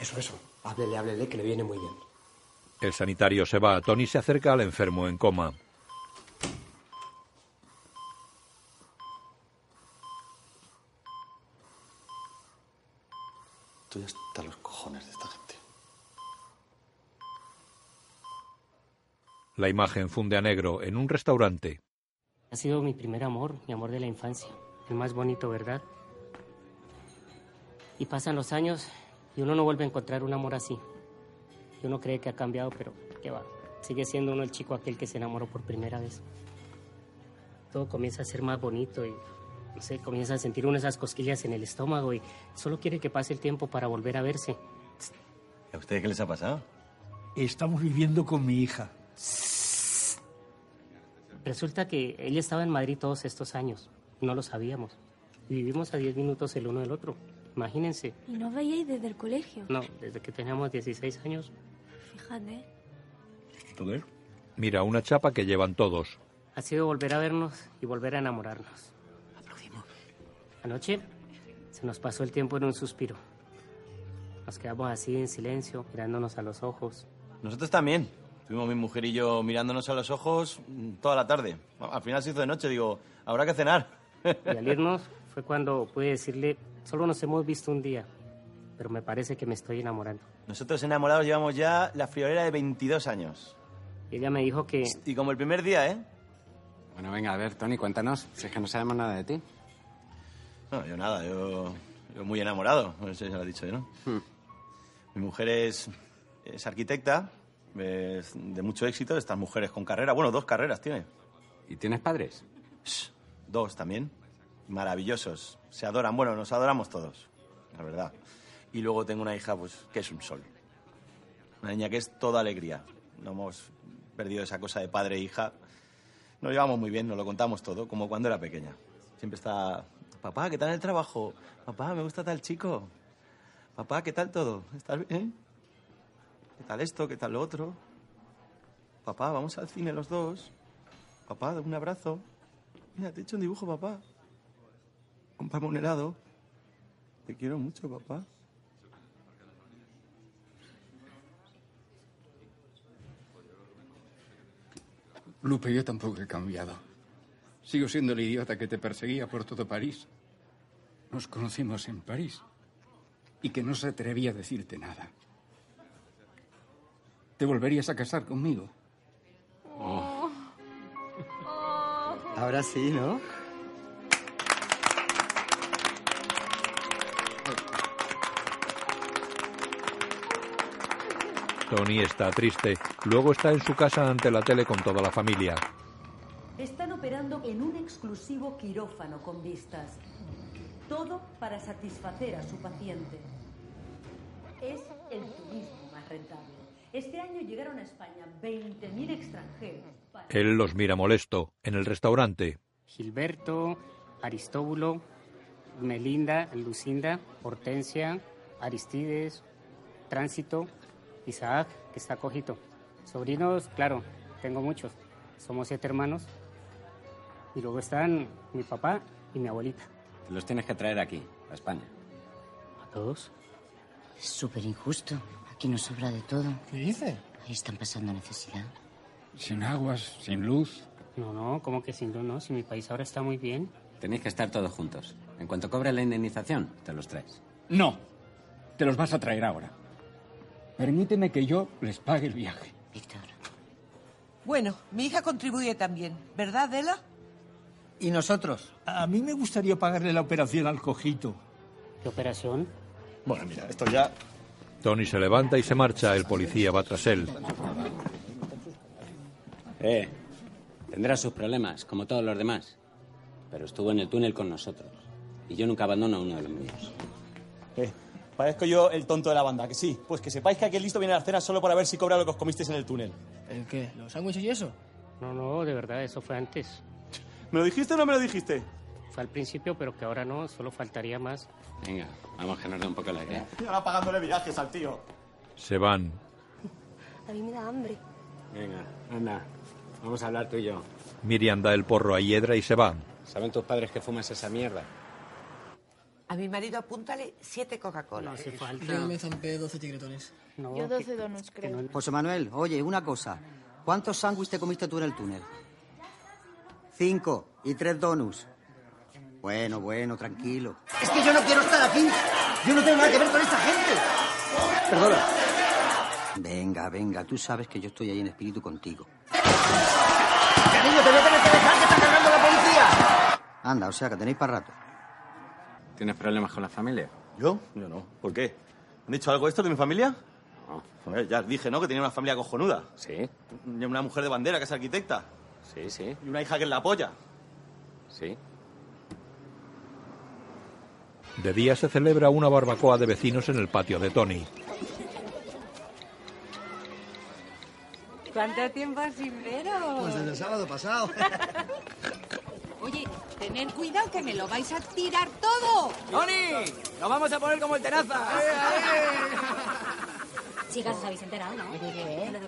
Speaker 20: Eso, eso. Háblele, háblele, que le viene muy bien.
Speaker 1: El sanitario se va. Tony se acerca al enfermo en coma.
Speaker 8: Estoy hasta los cojones de esta gente.
Speaker 1: La imagen funde a negro en un restaurante.
Speaker 21: Ha sido mi primer amor, mi amor de la infancia. El más bonito, ¿verdad? Y pasan los años y uno no vuelve a encontrar un amor así. Y uno cree que ha cambiado, pero qué va. Sigue siendo uno el chico aquel que se enamoró por primera vez. Todo comienza a ser más bonito y, no sé, comienza a sentir uno esas cosquillas en el estómago y solo quiere que pase el tiempo para volver a verse.
Speaker 8: ¿Y a ustedes qué les ha pasado?
Speaker 37: Estamos viviendo con mi hija.
Speaker 21: Resulta que él estaba en Madrid todos estos años. No lo sabíamos. Vivimos a 10 minutos el uno del otro. Imagínense.
Speaker 15: ¿Y no veíais desde el colegio?
Speaker 21: No, desde que teníamos 16 años.
Speaker 15: Fíjate.
Speaker 1: Mira una chapa que llevan todos.
Speaker 21: Ha sido volver a vernos y volver a enamorarnos. Aplaudimos. Anoche se nos pasó el tiempo en un suspiro. Nos quedamos así en silencio, mirándonos a los ojos.
Speaker 8: Nosotros también. Tuvimos mi mujer y yo mirándonos a los ojos mm, toda la tarde. A- Al final se hizo de noche, digo, habrá que cenar.
Speaker 21: Y al irnos fue cuando pude decirle, solo nos hemos visto un día, pero me parece que me estoy enamorando.
Speaker 8: Nosotros enamorados llevamos ya la friolera de 22 años.
Speaker 21: Y ella me dijo que...
Speaker 8: Y como el primer día, ¿eh?
Speaker 35: Bueno, venga, a ver, Tony, cuéntanos. Si es que no sabemos nada de ti.
Speaker 8: No, yo nada, yo, yo muy enamorado, no sé si lo he dicho yo, ¿no? Mi mujer es, es arquitecta, es de mucho éxito, de estas mujeres con carrera, bueno, dos carreras tiene.
Speaker 35: ¿Y tienes padres?
Speaker 8: Dos también, maravillosos, se adoran, bueno, nos adoramos todos, la verdad. Y luego tengo una hija, pues, que es un sol. Una niña que es toda alegría. No hemos perdido esa cosa de padre e hija. Nos llevamos muy bien, nos lo contamos todo, como cuando era pequeña. Siempre está, papá, ¿qué tal el trabajo? Papá, me gusta tal chico. Papá, ¿qué tal todo? ¿Estás bien?
Speaker 38: ¿Qué tal esto? ¿Qué tal lo otro? Papá, vamos al cine los dos. Papá, dame un abrazo. Mira, te he hecho un dibujo, papá. Comprame un helado. Te quiero mucho, papá.
Speaker 17: Lupe, yo tampoco he cambiado. Sigo siendo el idiota que te perseguía por todo París. Nos conocimos en París y que no se atrevía a decirte nada. ¿Te volverías a casar conmigo?
Speaker 2: Ahora sí, ¿no?
Speaker 1: Tony está triste. Luego está en su casa ante la tele con toda la familia.
Speaker 39: Están operando en un exclusivo quirófano con vistas. Todo para satisfacer a su paciente. Es el turismo más rentable. Este año llegaron a España 20.000 extranjeros. para-
Speaker 1: Él los mira molesto en el restaurante.
Speaker 21: Gilberto, Aristóbulo, Melinda, Lucinda, Hortensia, Aristides, Tránsito, Isaac, que está cojito. Sobrinos, claro, tengo muchos. Somos siete hermanos. Y luego están mi papá y mi abuelita.
Speaker 9: Te los tienes que traer aquí, a España.
Speaker 21: ¿A todos?
Speaker 18: Es súper injusto. Aquí nos sobra de todo.
Speaker 20: ¿Qué dice?
Speaker 18: Ahí están pasando necesidad.
Speaker 17: Sin aguas, sin luz.
Speaker 21: No, no, ¿cómo que sin luz? No, si mi país ahora está muy bien.
Speaker 9: Tenéis que estar todos juntos. En cuanto cobre la indemnización, te los traes.
Speaker 17: No, te los vas a traer ahora. Permíteme que yo les pague el viaje.
Speaker 40: Bueno, mi hija contribuye también, ¿verdad, Dela?
Speaker 41: ¿Y nosotros? A mí me gustaría pagarle la operación al cojito.
Speaker 21: ¿Qué operación?
Speaker 41: Bueno, mira, esto ya...
Speaker 1: Tony se levanta y se marcha. El policía va tras él.
Speaker 9: Eh, tendrá sus problemas, como todos los demás. Pero estuvo en el túnel con nosotros. Y yo nunca abandono a uno de los míos.
Speaker 8: Parezco yo el tonto de la banda, que sí. Pues que sepáis que aquel listo viene a la cena solo para ver si cobra lo que os comisteis en el túnel.
Speaker 21: ¿El qué? ¿Los sándwiches y eso? No, no, de verdad, eso fue antes.
Speaker 8: ¿Me lo dijiste o no me lo dijiste?
Speaker 21: Fue al principio, pero que ahora no, solo faltaría más.
Speaker 9: Venga, vamos que nos da un poco la idea.
Speaker 8: Y ahora pagándole viajes al tío.
Speaker 1: Se van.
Speaker 42: A mí me da hambre.
Speaker 9: Venga, anda. Vamos a hablar tú y yo.
Speaker 1: Miriam da el porro a Hiedra y se va.
Speaker 9: ¿Saben tus padres que fumas esa mierda?
Speaker 40: A mi marido apúntale siete Coca-Cola.
Speaker 20: Yo me zampé 12 tigretones.
Speaker 43: Yo 12 donuts, creo.
Speaker 2: José Manuel, oye, una cosa. ¿Cuántos sándwiches te comiste tú en el túnel? Cinco y tres donuts. Bueno, bueno, tranquilo.
Speaker 13: Es que yo no quiero estar aquí. Yo no tengo nada que ver con esta gente.
Speaker 2: Perdona. Venga, venga, tú sabes que yo estoy ahí en espíritu contigo.
Speaker 13: Cariño, te voy a tener que dejar que está cargando la policía.
Speaker 2: Anda, o sea que tenéis para rato.
Speaker 9: ¿Tienes problemas con la familia?
Speaker 8: ¿Yo? Yo no. ¿Por qué? ¿Han dicho algo esto de mi familia? Joder, ya os dije, ¿no? Que tenía una familia cojonuda.
Speaker 9: Sí.
Speaker 8: Una mujer de bandera que es arquitecta.
Speaker 9: Sí, sí,
Speaker 8: Y una hija que es la polla.
Speaker 9: sí.
Speaker 1: De día se celebra una barbacoa de vecinos en el patio de Tony.
Speaker 7: ¿Cuánto tiempo sin veros?
Speaker 13: Pues desde el sábado pasado.
Speaker 7: Oye, tened cuidado que me lo vais a tirar todo.
Speaker 44: ¡Tony! ¡Nos vamos a poner como el
Speaker 13: ¿eh?
Speaker 44: tenaza!
Speaker 7: Chicas, os habéis enterado, ¿no? ¿Qué?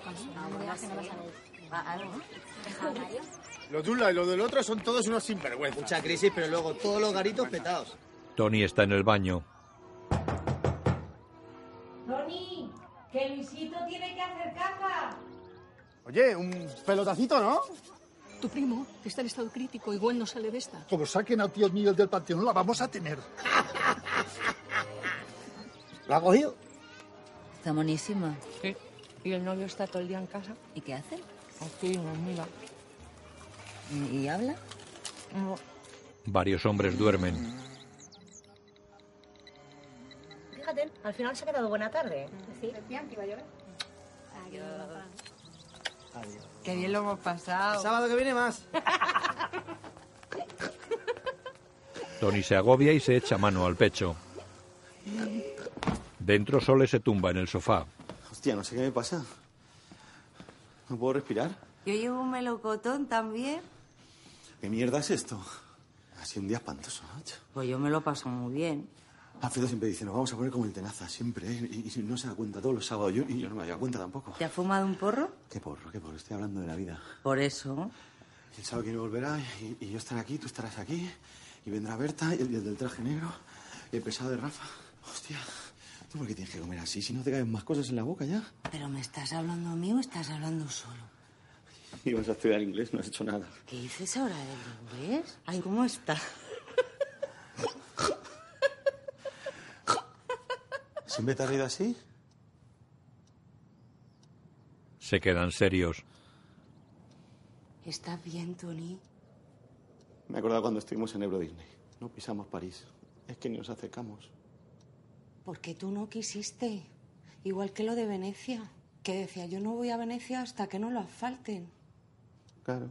Speaker 45: Lo de un lado y lo del otro son todos unos sinvergüenza. Mucha crisis, pero luego todos los garitos petados.
Speaker 1: Tony está en el baño.
Speaker 7: Tony, que Luisito tiene que hacer caca.
Speaker 45: Oye, un pelotacito, ¿no?
Speaker 22: Tu primo está en estado crítico, igual no sale de esta.
Speaker 46: Como saquen a tíos míos del panteón, la vamos a tener.
Speaker 45: ¿Lo ha cogido?
Speaker 7: Está buenísima.
Speaker 44: Sí.
Speaker 7: ¿Y el novio está todo el día en casa? ¿Y qué hace? Aquí nos mira. ¿Y, habla?
Speaker 1: Varios hombres duermen.
Speaker 47: Fíjate, al final se ha quedado buena tarde. ¿eh?
Speaker 44: Sí, decían que iba a llover.
Speaker 7: Qué bien lo hemos pasado.
Speaker 44: El sábado
Speaker 7: que viene más.
Speaker 1: Tony se agobia y se echa mano al pecho. Dentro Sole se tumba en el sofá.
Speaker 38: Hostia, no sé qué me pasa. ¿No puedo respirar?
Speaker 47: Yo llevo un melocotón también.
Speaker 38: ¿Qué mierda es esto? Ha sido un día espantoso, macho.
Speaker 47: Pues yo me lo paso muy bien.
Speaker 8: Alfredo siempre dice, nos vamos a poner como el tenaza, siempre, ¿eh? Y, y no se da cuenta todos los sábados. Yo, y yo no me había dado cuenta tampoco.
Speaker 7: ¿Te ha fumado un porro?
Speaker 8: Qué porro, qué porro, estoy hablando de la vida.
Speaker 7: Por eso.
Speaker 8: El sábado que no volverá y, y yo estaré aquí, tú estarás aquí, y vendrá Berta, y el, y el del traje negro, y el pesado de Rafa. Hostia, ¿tú por qué tienes que comer así? Si no te caen más cosas en la boca ya.
Speaker 7: ¿Pero me estás hablando a mí o estás hablando solo?
Speaker 8: Ibas a estudiar inglés, no has hecho nada.
Speaker 7: ¿Qué dices ahora del inglés? Ay, ¿cómo está?
Speaker 8: ¿Siempre te has reído así?
Speaker 1: Se quedan serios.
Speaker 7: ¿Estás bien, Tony?
Speaker 8: Me acordaba cuando estuvimos en Euro Disney. No pisamos París. Es que ni nos acercamos.
Speaker 7: Porque tú no quisiste. Igual que lo de Venecia. Que decía, yo no voy a Venecia hasta que no lo asfalten.
Speaker 8: Claro.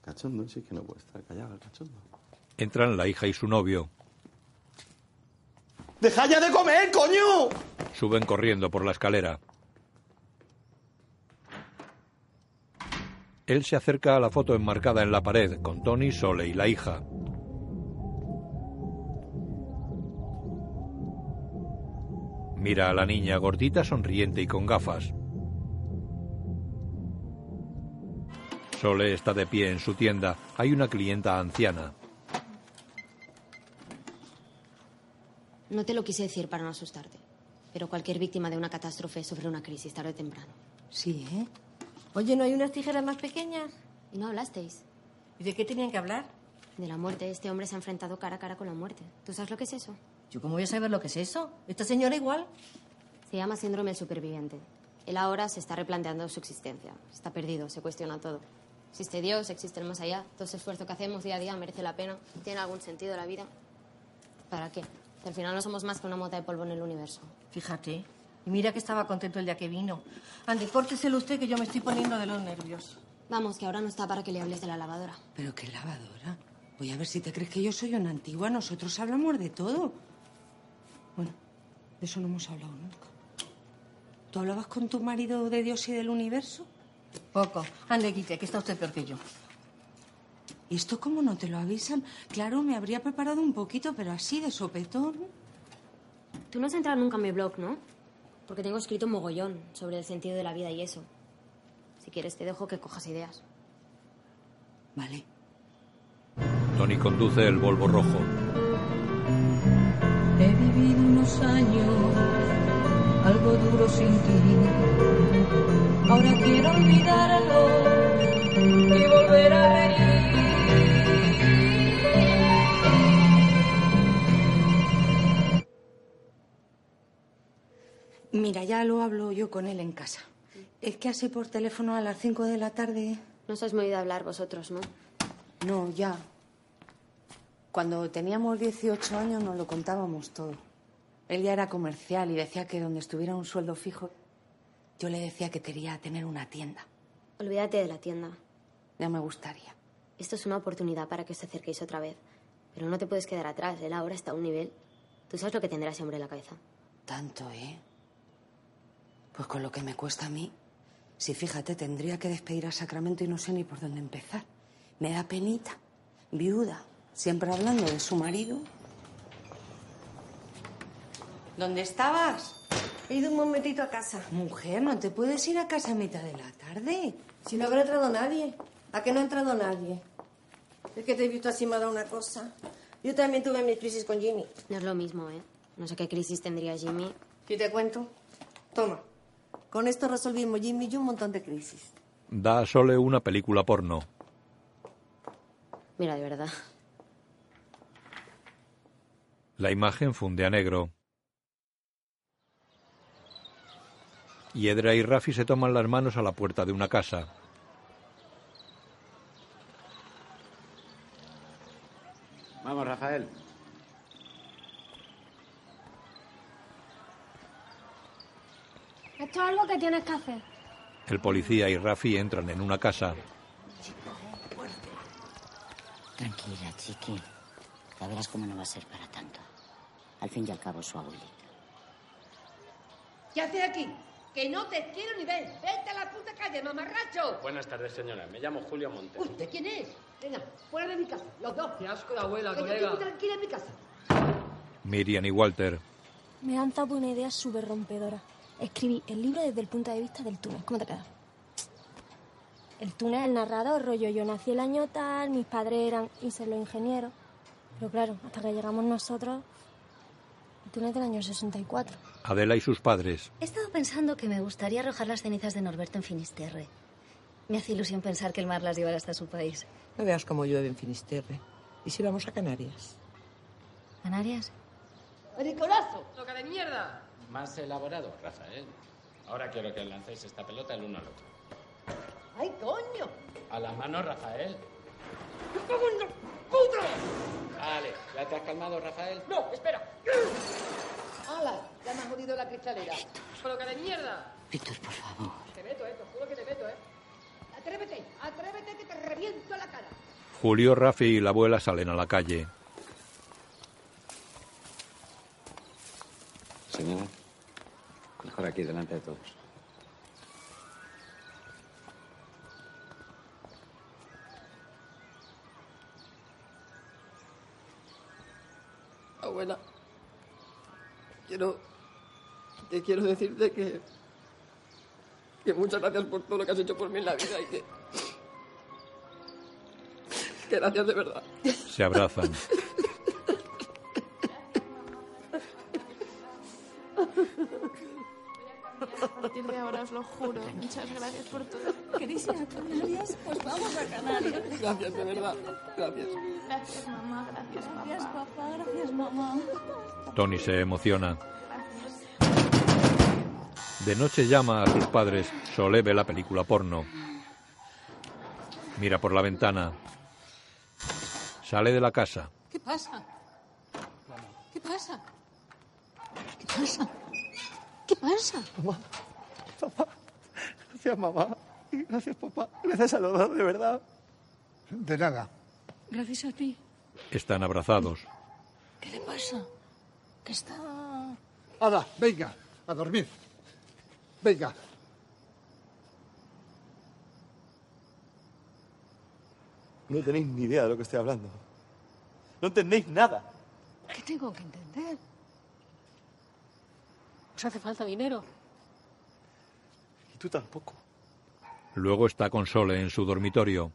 Speaker 8: Cachondo, sí que no puede estar callado el cachondo.
Speaker 1: Entran la hija y su novio.
Speaker 48: ¡Deja ya de comer, coño!
Speaker 1: Suben corriendo por la escalera. Él se acerca a la foto enmarcada en la pared con Tony, Sole y la hija. Mira a la niña gordita, sonriente y con gafas. Sole está de pie en su tienda. Hay una clienta anciana.
Speaker 5: No te lo quise decir para no asustarte, pero cualquier víctima de una catástrofe sufre una crisis tarde o temprano.
Speaker 7: Sí, ¿eh?
Speaker 5: Oye, ¿no hay unas tijeras más pequeñas? Y no hablasteis. ¿Y de qué tenían que hablar? De la muerte. Este hombre se ha enfrentado cara a cara con la muerte. ¿Tú sabes lo que es eso?
Speaker 44: ¿Yo cómo voy a saber lo que es eso? Esta señora igual.
Speaker 5: Se llama síndrome del superviviente. Él ahora se está replanteando su existencia. Está perdido, se cuestiona todo. Existe Dios, existe el más allá. Todo ese esfuerzo que hacemos día a día merece la pena. ¿Tiene algún sentido la vida? ¿Para qué? Si al final no somos más que una mota de polvo en el universo.
Speaker 44: Fíjate. Y mira que estaba contento el día que vino. Ande, córteselo usted que yo me estoy poniendo de los nervios.
Speaker 5: Vamos, que ahora no está para que le hables de la lavadora.
Speaker 7: ¿Pero qué lavadora? Voy a ver si te crees que yo soy una antigua. Nosotros hablamos de todo. Bueno, de eso no hemos hablado nunca. ¿Tú hablabas con tu marido de Dios y del universo?
Speaker 44: Poco. Ande, quite, que está usted peor que yo.
Speaker 7: ¿Y esto cómo no te lo avisan? Claro, me habría preparado un poquito, pero así de sopetón.
Speaker 5: Tú no has entrado nunca en mi blog, ¿no? Porque tengo escrito un mogollón sobre el sentido de la vida y eso. Si quieres, te dejo que cojas ideas.
Speaker 7: Vale.
Speaker 1: Tony conduce el Volvo rojo.
Speaker 13: He vivido unos años, algo duro sin ti. Ahora quiero olvidarlo y volver a reír.
Speaker 7: Mira, ya lo hablo yo con él en casa. Es que hace por teléfono a las 5 de la tarde.
Speaker 5: No sois muy de hablar vosotros, ¿no?
Speaker 7: No, ya. Cuando teníamos 18 años nos lo contábamos todo. Él ya era comercial y decía que donde estuviera un sueldo fijo, yo le decía que quería tener una tienda.
Speaker 5: Olvídate de la tienda.
Speaker 7: Ya me gustaría.
Speaker 5: Esto es una oportunidad para que os acerquéis otra vez. Pero no te puedes quedar atrás. Él ahora está a un nivel. Tú sabes lo que tendrá ese hombre en la cabeza.
Speaker 7: Tanto, ¿eh? Pues con lo que me cuesta a mí. Si fíjate, tendría que despedir a Sacramento y no sé ni por dónde empezar. Me da penita. Viuda. Siempre hablando de su marido. ¿Dónde estabas?
Speaker 44: He ido un momentito a casa.
Speaker 7: Mujer, no te puedes ir a casa a mitad de la tarde.
Speaker 44: Si no habrá entrado nadie. ¿A que no ha entrado nadie? Es que te he visto así me ha dado una cosa. Yo también tuve mis crisis con Jimmy.
Speaker 5: No es lo mismo, ¿eh? No sé qué crisis tendría Jimmy.
Speaker 44: ¿Y te cuento? Toma. Con esto resolvimos Jimmy y yo un montón de crisis.
Speaker 1: Da a Sole una película porno.
Speaker 5: Mira, de verdad.
Speaker 1: La imagen funde a negro. Hiedra y Rafi se toman las manos a la puerta de una casa.
Speaker 8: Vamos, Rafael.
Speaker 15: Esto es algo que tienes que hacer.
Speaker 1: El policía y Rafi entran en una casa.
Speaker 18: Tranquila, chiqui. Ya verás cómo no va a ser para tanto. Al fin y al cabo, su abuelita.
Speaker 35: ¿Qué haces aquí? Que no te quiero ni ver. Vete a la puta calle, mamarracho.
Speaker 34: Buenas tardes, señora. Me llamo Julio Montes.
Speaker 35: ¿Usted quién es? Venga, fuera de mi casa, los dos.
Speaker 34: Qué asco de abuela,
Speaker 35: que yo
Speaker 34: colega.
Speaker 35: estoy muy tranquila en mi casa.
Speaker 1: Miriam y Walter.
Speaker 15: Me han dado una idea súper rompedora. Escribí el libro desde el punto de vista del túnel. ¿Cómo te queda? El túnel, el narrador, rollo. Yo nací el año tal, mis padres eran y se los ingenieros. Pero claro, hasta que llegamos nosotros, el túnel del año 64.
Speaker 1: Adela y sus padres.
Speaker 49: He estado pensando que me gustaría arrojar las cenizas de Norberto en Finisterre. Me hace ilusión pensar que el mar las llevará hasta su país.
Speaker 13: No veas cómo llueve en Finisterre. ¿Y si vamos a Canarias?
Speaker 49: ¿Canarias?
Speaker 50: ¡Ricolazo! ¡Toca de mierda!
Speaker 51: Más elaborado, Rafael. Ahora quiero que lancéis esta pelota el uno al otro.
Speaker 50: ¡Ay, coño!
Speaker 51: A la mano, Rafael.
Speaker 50: ¡Yo cago en la puta!
Speaker 51: Vale, ¿ya te has calmado, Rafael?
Speaker 50: ¡No, espera! ¡Hala! Ya me has jodido la cristalera. ¡Toca de mierda!
Speaker 52: Víctor, por favor.
Speaker 50: Te meto, eh. Te juro que te meto, eh. Atrévete, atrévete que te reviento la cara.
Speaker 1: Julio, Rafi y la abuela salen a la calle.
Speaker 9: Señora, mejor aquí, delante de todos.
Speaker 13: Abuela, quiero. que quiero decirte que. que muchas gracias por todo lo que has hecho por mí en la vida y que. que gracias de verdad.
Speaker 1: Se abrazan.
Speaker 14: A partir de ahora os lo juro. Muchas gracias por todo. ¿Queréis ir a Canarias? Pues vamos a Canarias.
Speaker 13: Gracias, de verdad. Gracias.
Speaker 14: Gracias, mamá. Gracias, papá. Gracias, papá.
Speaker 53: Gracias, mamá.
Speaker 1: Tony se emociona. De noche llama a sus padres. Sole ve la película porno. Mira por la ventana. Sale de la casa.
Speaker 54: ¿Qué pasa? ¿Qué pasa? ¿Qué pasa? ¿Qué pasa?
Speaker 55: Mamá, papá, gracias mamá, y gracias papá, gracias a los dos, de verdad.
Speaker 22: De nada.
Speaker 54: Gracias a ti.
Speaker 1: Están abrazados.
Speaker 54: ¿Qué le pasa? Que está...
Speaker 22: Ada, venga, a dormir. Venga.
Speaker 8: No tenéis ni idea de lo que estoy hablando. No entendéis nada.
Speaker 54: ¿Qué tengo que entender? ¿Os hace falta dinero?
Speaker 8: Y tú tampoco.
Speaker 1: Luego está con Sole en su dormitorio.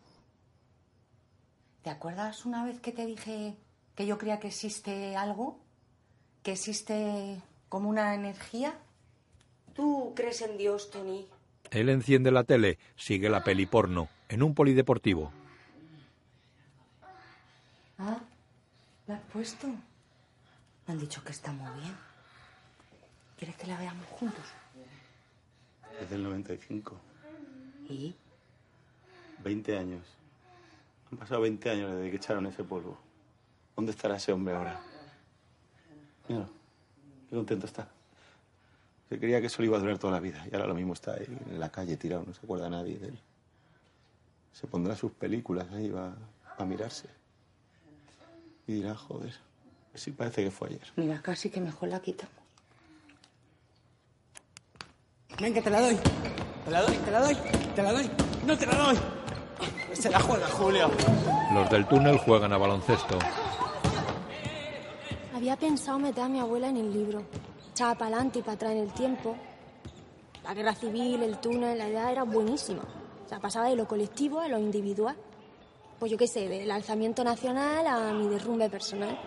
Speaker 7: ¿Te acuerdas una vez que te dije que yo creía que existe algo? ¿Que existe como una energía? ¿Tú crees en Dios, Tony?
Speaker 1: Él enciende la tele, sigue la peli porno, en un polideportivo.
Speaker 7: ¿Ah? ¿La has puesto? Me han dicho que está muy bien. ¿Quieres que la veamos juntos?
Speaker 8: Es del 95.
Speaker 7: ¿Y?
Speaker 8: 20 años. Han pasado 20 años desde que echaron ese polvo. ¿Dónde estará ese hombre ahora? Míralo. Qué contento está. Se creía que eso le iba a durar toda la vida. Y ahora lo mismo está ahí, en la calle tirado. No se acuerda nadie de él. Se pondrá sus películas ahí, va, va a mirarse. Y dirá, joder, sí parece que fue ayer.
Speaker 7: Mira, casi que mejor la quitamos.
Speaker 2: Ven, que te la doy. Te la doy, te la doy, te la doy. No te la doy. Pues Se la juega Julio.
Speaker 1: Los del túnel juegan a baloncesto.
Speaker 15: Había pensado meter a mi abuela en el libro. Echaba para adelante y para atrás en el tiempo. La guerra civil, el túnel, la idea era buenísima. O sea, pasaba de lo colectivo a lo individual. Pues yo qué sé, del alzamiento nacional a mi derrumbe personal.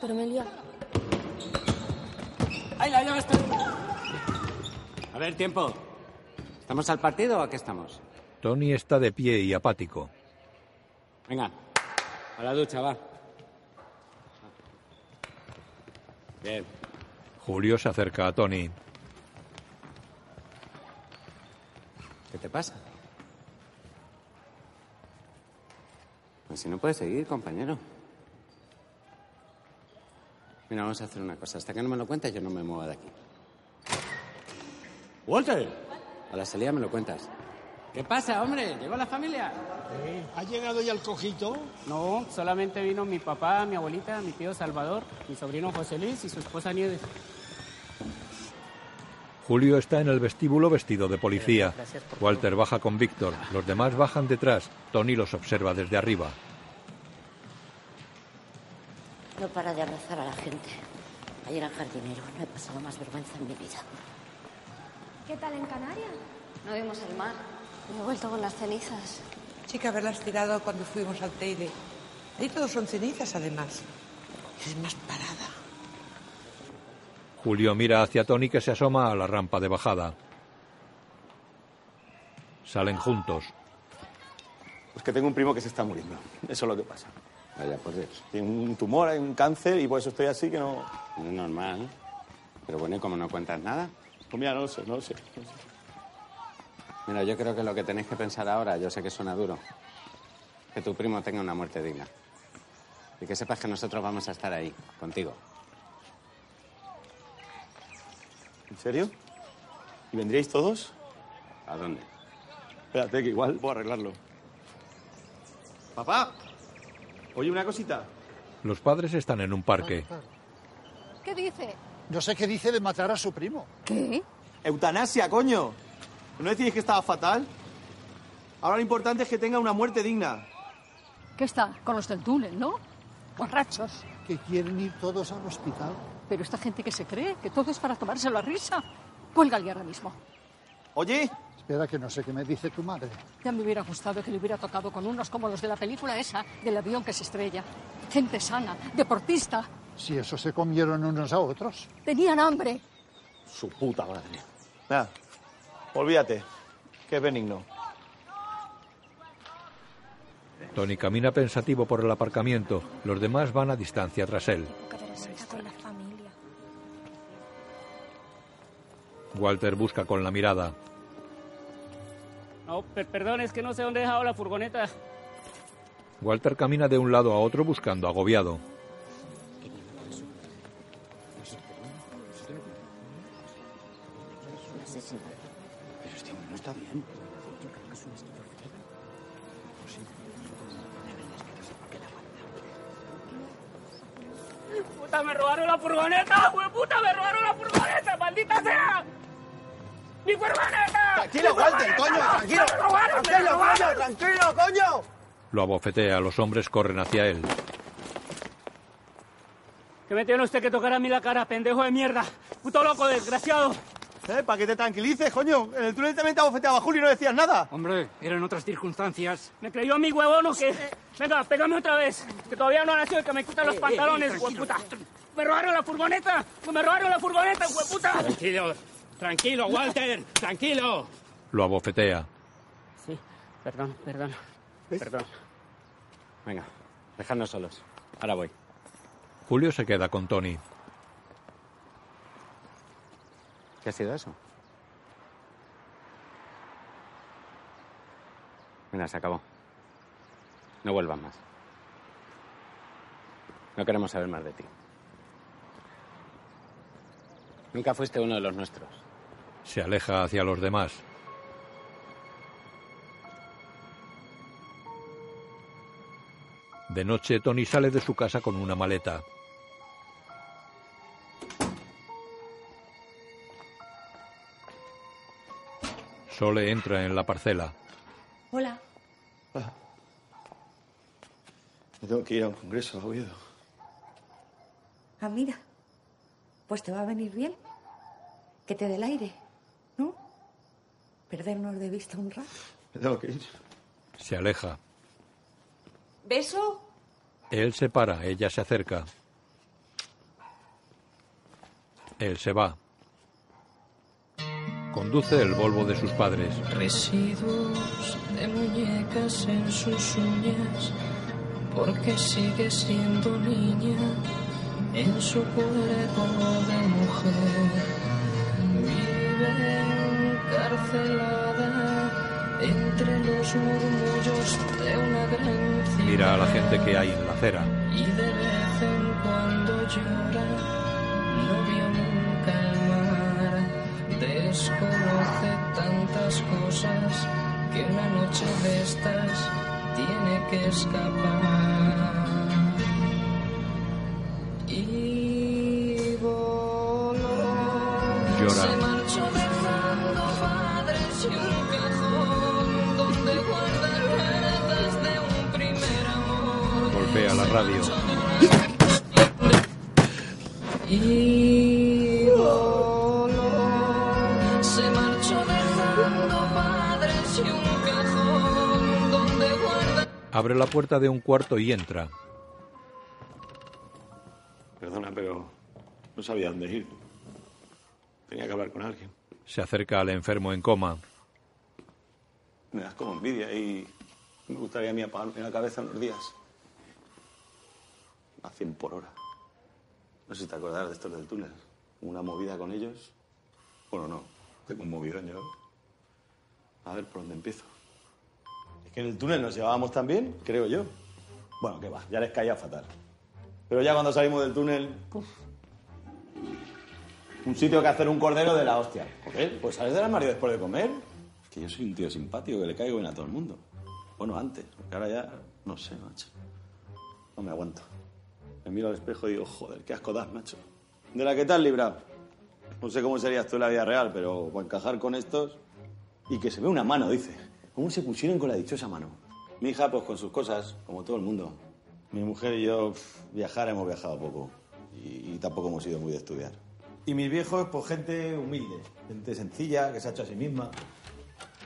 Speaker 15: Pero me he liado.
Speaker 2: Ahí la llevas tú.
Speaker 9: A ver, tiempo. ¿Estamos al partido o a qué estamos?
Speaker 1: Tony está de pie y apático.
Speaker 9: Venga, a la ducha, va. Bien.
Speaker 1: Julio se acerca a Tony.
Speaker 9: ¿Qué te pasa? Pues si no puedes seguir, compañero. Mira, vamos a hacer una cosa. Hasta que no me lo cuentes, yo no me muevo de aquí. ¡Walter! A la salida me lo cuentas. ¿Qué pasa, hombre? ¿Llegó la familia?
Speaker 2: ¿Ha llegado ya el cojito?
Speaker 21: No, solamente vino mi papá, mi abuelita, mi tío Salvador, mi sobrino José Luis y su esposa Nieves.
Speaker 1: Julio está en el vestíbulo vestido de policía.
Speaker 21: Gracias por todo.
Speaker 1: Walter baja con Víctor. Los demás bajan detrás. Tony los observa desde arriba.
Speaker 18: No para de abrazar a la gente. Ayer al jardinero no he pasado más vergüenza en mi vida.
Speaker 15: ¿Qué tal en Canarias?
Speaker 56: No vimos el mar.
Speaker 15: Me he vuelto con las cenizas.
Speaker 57: Chica, haberlas tirado cuando fuimos al Teide. Ahí todos son cenizas, además. Es más parada.
Speaker 1: Julio mira hacia Tony que se asoma a la rampa de bajada. Salen juntos.
Speaker 8: Pues que tengo un primo que se está muriendo. Eso es lo que pasa. Vaya, por Dios. Tiene un tumor, hay un cáncer y por eso estoy así que no...
Speaker 9: No es normal. Pero bueno, ¿y como no cuentas nada?
Speaker 8: Pues mira, no lo sé, no lo sé. No lo sé.
Speaker 9: Mira, yo creo que lo que tenéis que pensar ahora, yo sé que suena duro, que tu primo tenga una muerte digna. Y que sepas que nosotros vamos a estar ahí, contigo.
Speaker 8: ¿En serio? ¿Y vendríais todos?
Speaker 9: ¿A dónde?
Speaker 8: Espérate, que igual puedo arreglarlo. ¡Papá! Oye, una cosita.
Speaker 1: Los padres están en un parque.
Speaker 7: ¿Qué dice?
Speaker 22: No sé qué dice de matar a su primo.
Speaker 7: ¿Qué?
Speaker 8: ¡Eutanasia, coño! ¿No decís que estaba fatal? Ahora lo importante es que tenga una muerte digna.
Speaker 7: ¿Qué está? Con los del túnel, ¿no? Borrachos.
Speaker 22: Que quieren ir todos al hospital.
Speaker 7: Pero esta gente que se cree que todo es para tomarse la risa. Cuélgale ahora mismo.
Speaker 8: Oye.
Speaker 22: Espera, que no sé qué me dice tu madre.
Speaker 7: Ya me hubiera gustado que le hubiera tocado con unos como los de la película esa, del avión que se estrella. Gente sana, deportista.
Speaker 22: Si eso se comieron unos a otros.
Speaker 7: Tenían hambre.
Speaker 8: Su puta madre. Nada, olvídate, que es benigno.
Speaker 1: Tony camina pensativo por el aparcamiento. Los demás van a distancia tras él.
Speaker 15: Poca vergüenza con la familia.
Speaker 1: Walter busca con la mirada.
Speaker 21: No, per- perdón, es que no sé dónde he dejado la furgoneta.
Speaker 1: Walter camina de un lado a otro buscando agobiado.
Speaker 18: Un asesino.
Speaker 58: Pero este hombre no está bien.
Speaker 18: Yo creo que es un esquizofrénico.
Speaker 58: Pues
Speaker 21: ¡Puta, me robaron la furgoneta! ¡Puta, me robaron la furgoneta! ¡Maldita sea! ¡Mi furgoneta!
Speaker 58: Tranquilo,
Speaker 21: ¡Mi
Speaker 58: Walter,
Speaker 21: furgoneta!
Speaker 58: coño, tranquilo.
Speaker 21: ¡Me robaron, me
Speaker 58: Tranquilo,
Speaker 21: robaron!
Speaker 58: coño, tranquilo, coño.
Speaker 1: Lo abofetea, los hombres corren hacia él.
Speaker 21: ¿Qué me tiene usted que tocar a mí la cara, pendejo de mierda? ¡Puto loco, desgraciado!
Speaker 58: Eh, para que te tranquilices, coño. En el túnel también te abofeteaba Julio y no decías nada.
Speaker 21: Hombre, eran otras circunstancias. ¿Me creyó mi huevón o qué? Venga, pégame otra vez. Que todavía no ha nacido el que me quita los
Speaker 58: eh,
Speaker 21: pantalones,
Speaker 58: eh,
Speaker 21: hueputa. ¡Me robaron la furgoneta! ¡Me robaron la furgoneta, hueputa!
Speaker 9: Tranquilo, tranquilo, Walter, tranquilo.
Speaker 1: Lo abofetea.
Speaker 21: Sí, perdón, perdón. Perdón.
Speaker 9: Venga, dejadnos solos. Ahora voy.
Speaker 1: Julio se queda con Tony.
Speaker 9: ¿Qué ha sido eso? Mira, se acabó. No vuelvan más. No queremos saber más de ti. Nunca fuiste uno de los nuestros.
Speaker 1: Se aleja hacia los demás. De noche, Tony sale de su casa con una maleta. Sole entra en la parcela.
Speaker 15: Hola.
Speaker 8: Me tengo que ir a un congreso, a Oviedo.
Speaker 59: Ah, mira. Pues te va a venir bien. Que te dé el aire, ¿no? Perdernos de vista un rato.
Speaker 8: Me tengo que ir.
Speaker 1: Se aleja.
Speaker 59: ¿Beso?
Speaker 1: Él se para, ella se acerca. Él se va. Conduce el Volvo de sus padres.
Speaker 13: Residuos de muñecas en sus uñas, porque sigue siendo niña en su cuerpo de mujer. Vive encarcelada entre los murmullos de una gran ciudad
Speaker 1: Mira a la gente que hay en la acera.
Speaker 13: y de vez en cuando llora. No vio nunca el mar, desconoce tantas cosas que una noche de estas tiene que escapar. Y voló,
Speaker 1: Llora.
Speaker 13: se marchó dejando padres y un cajón donde guarda ratas de un primer amor.
Speaker 1: Golpea la radio.
Speaker 13: y dolor. Se marchó dejando padres y un cajón donde guarda.
Speaker 1: Abre la puerta de un cuarto y entra.
Speaker 8: Perdona, pero no sabía dónde ir. Tenía que hablar con alguien.
Speaker 1: Se acerca al enfermo en coma.
Speaker 8: Me das como envidia y me gustaría a mí apagarme la cabeza unos días. A 100 por hora. No sé si te acordarás de estos del túnel. Una movida con ellos. Bueno, no. Tengo un movidón yo. A ver por dónde empiezo. Es que en el túnel nos llevábamos tan bien, creo yo. Bueno, que va, ya les caía fatal. Pero ya cuando salimos del túnel. ¡puf! Un sitio que hacer un cordero de la hostia. Joder, pues sales del armario después de comer. Que yo soy un tío simpático, que le caigo bien a todo el mundo. Bueno, antes, porque ahora ya, no sé, macho. No me aguanto. Me miro al espejo y digo, joder, qué asco das, macho. De la que te has librado. No sé cómo serías tú en la vida real, pero para encajar con estos... Y que se ve una mano, dice. ¿Cómo se pusieron con la dichosa mano? Mi hija, pues con sus cosas, como todo el mundo. Mi mujer y yo, pf, viajar hemos viajado poco. Y, y tampoco hemos ido muy de estudiar. Y mis viejos, pues gente humilde. Gente sencilla, que se ha hecho a sí misma.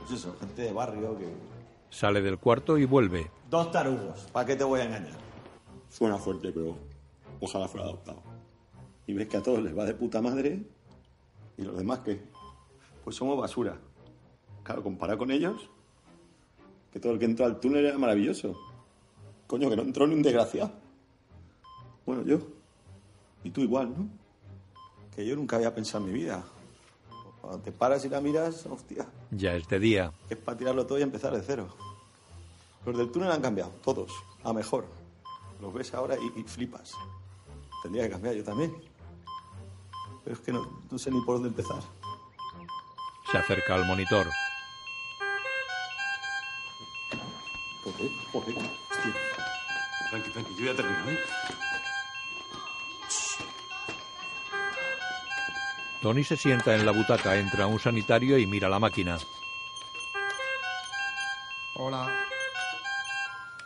Speaker 8: Pues eso, gente de barrio que...
Speaker 1: Sale del cuarto y vuelve.
Speaker 8: Dos tarugos. ¿Para qué te voy a engañar? Suena fuerte, pero ojalá fuera adoptado. Y ves que a todos les va de puta madre. ¿Y los demás qué? Pues somos basura. Claro, comparado con ellos, que todo el que entró al túnel era maravilloso. Coño, que no entró ni un desgraciado. Bueno, yo. Y tú igual, ¿no? Que yo nunca había pensado en mi vida. Cuando te paras y la miras, hostia.
Speaker 1: Ya es de día.
Speaker 8: Es para tirarlo todo y empezar de cero. Los del túnel han cambiado, todos, a mejor. Los ves ahora y, y flipas. Tendría que cambiar yo también. Pero es que no, no sé ni por dónde empezar.
Speaker 1: Se acerca al monitor.
Speaker 8: Joder, joder, hostia. Tranqui, tranqui, yo ya termino, ¿eh?
Speaker 1: Tony se sienta en la butaca, entra un sanitario y mira la máquina.
Speaker 2: Hola.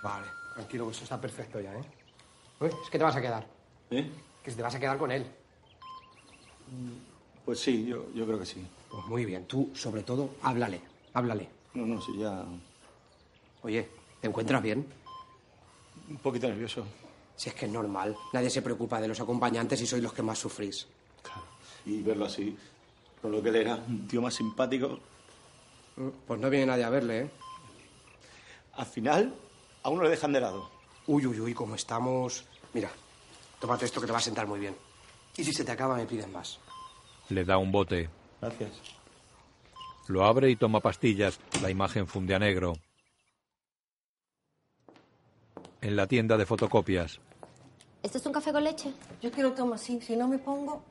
Speaker 2: Vale, tranquilo, que eso está perfecto ya, ¿eh? Uy, es que te vas a quedar.
Speaker 8: ¿Eh?
Speaker 2: Que te vas a quedar con él.
Speaker 8: Pues sí, yo, yo creo que sí.
Speaker 2: Pues muy bien, tú, sobre todo, háblale, háblale.
Speaker 8: No, no, sí, ya.
Speaker 2: Oye, ¿te encuentras bien?
Speaker 8: Un poquito nervioso.
Speaker 2: Si es que es normal, nadie se preocupa de los acompañantes y sois los que más sufrís.
Speaker 8: Y verlo así, con lo que él era, un tío más simpático.
Speaker 2: Pues no viene nadie a verle, ¿eh?
Speaker 8: Al final, a uno le dejan de lado.
Speaker 2: Uy, uy, uy, cómo estamos. Mira, tómate esto que te va a sentar muy bien. Y si se te acaba, me pides más.
Speaker 1: Le da un bote.
Speaker 8: Gracias.
Speaker 1: Lo abre y toma pastillas. La imagen funde a negro. En la tienda de fotocopias,
Speaker 5: ¿Esto ¿Este es un café con leche?
Speaker 7: Yo quiero tomar así, si no me pongo.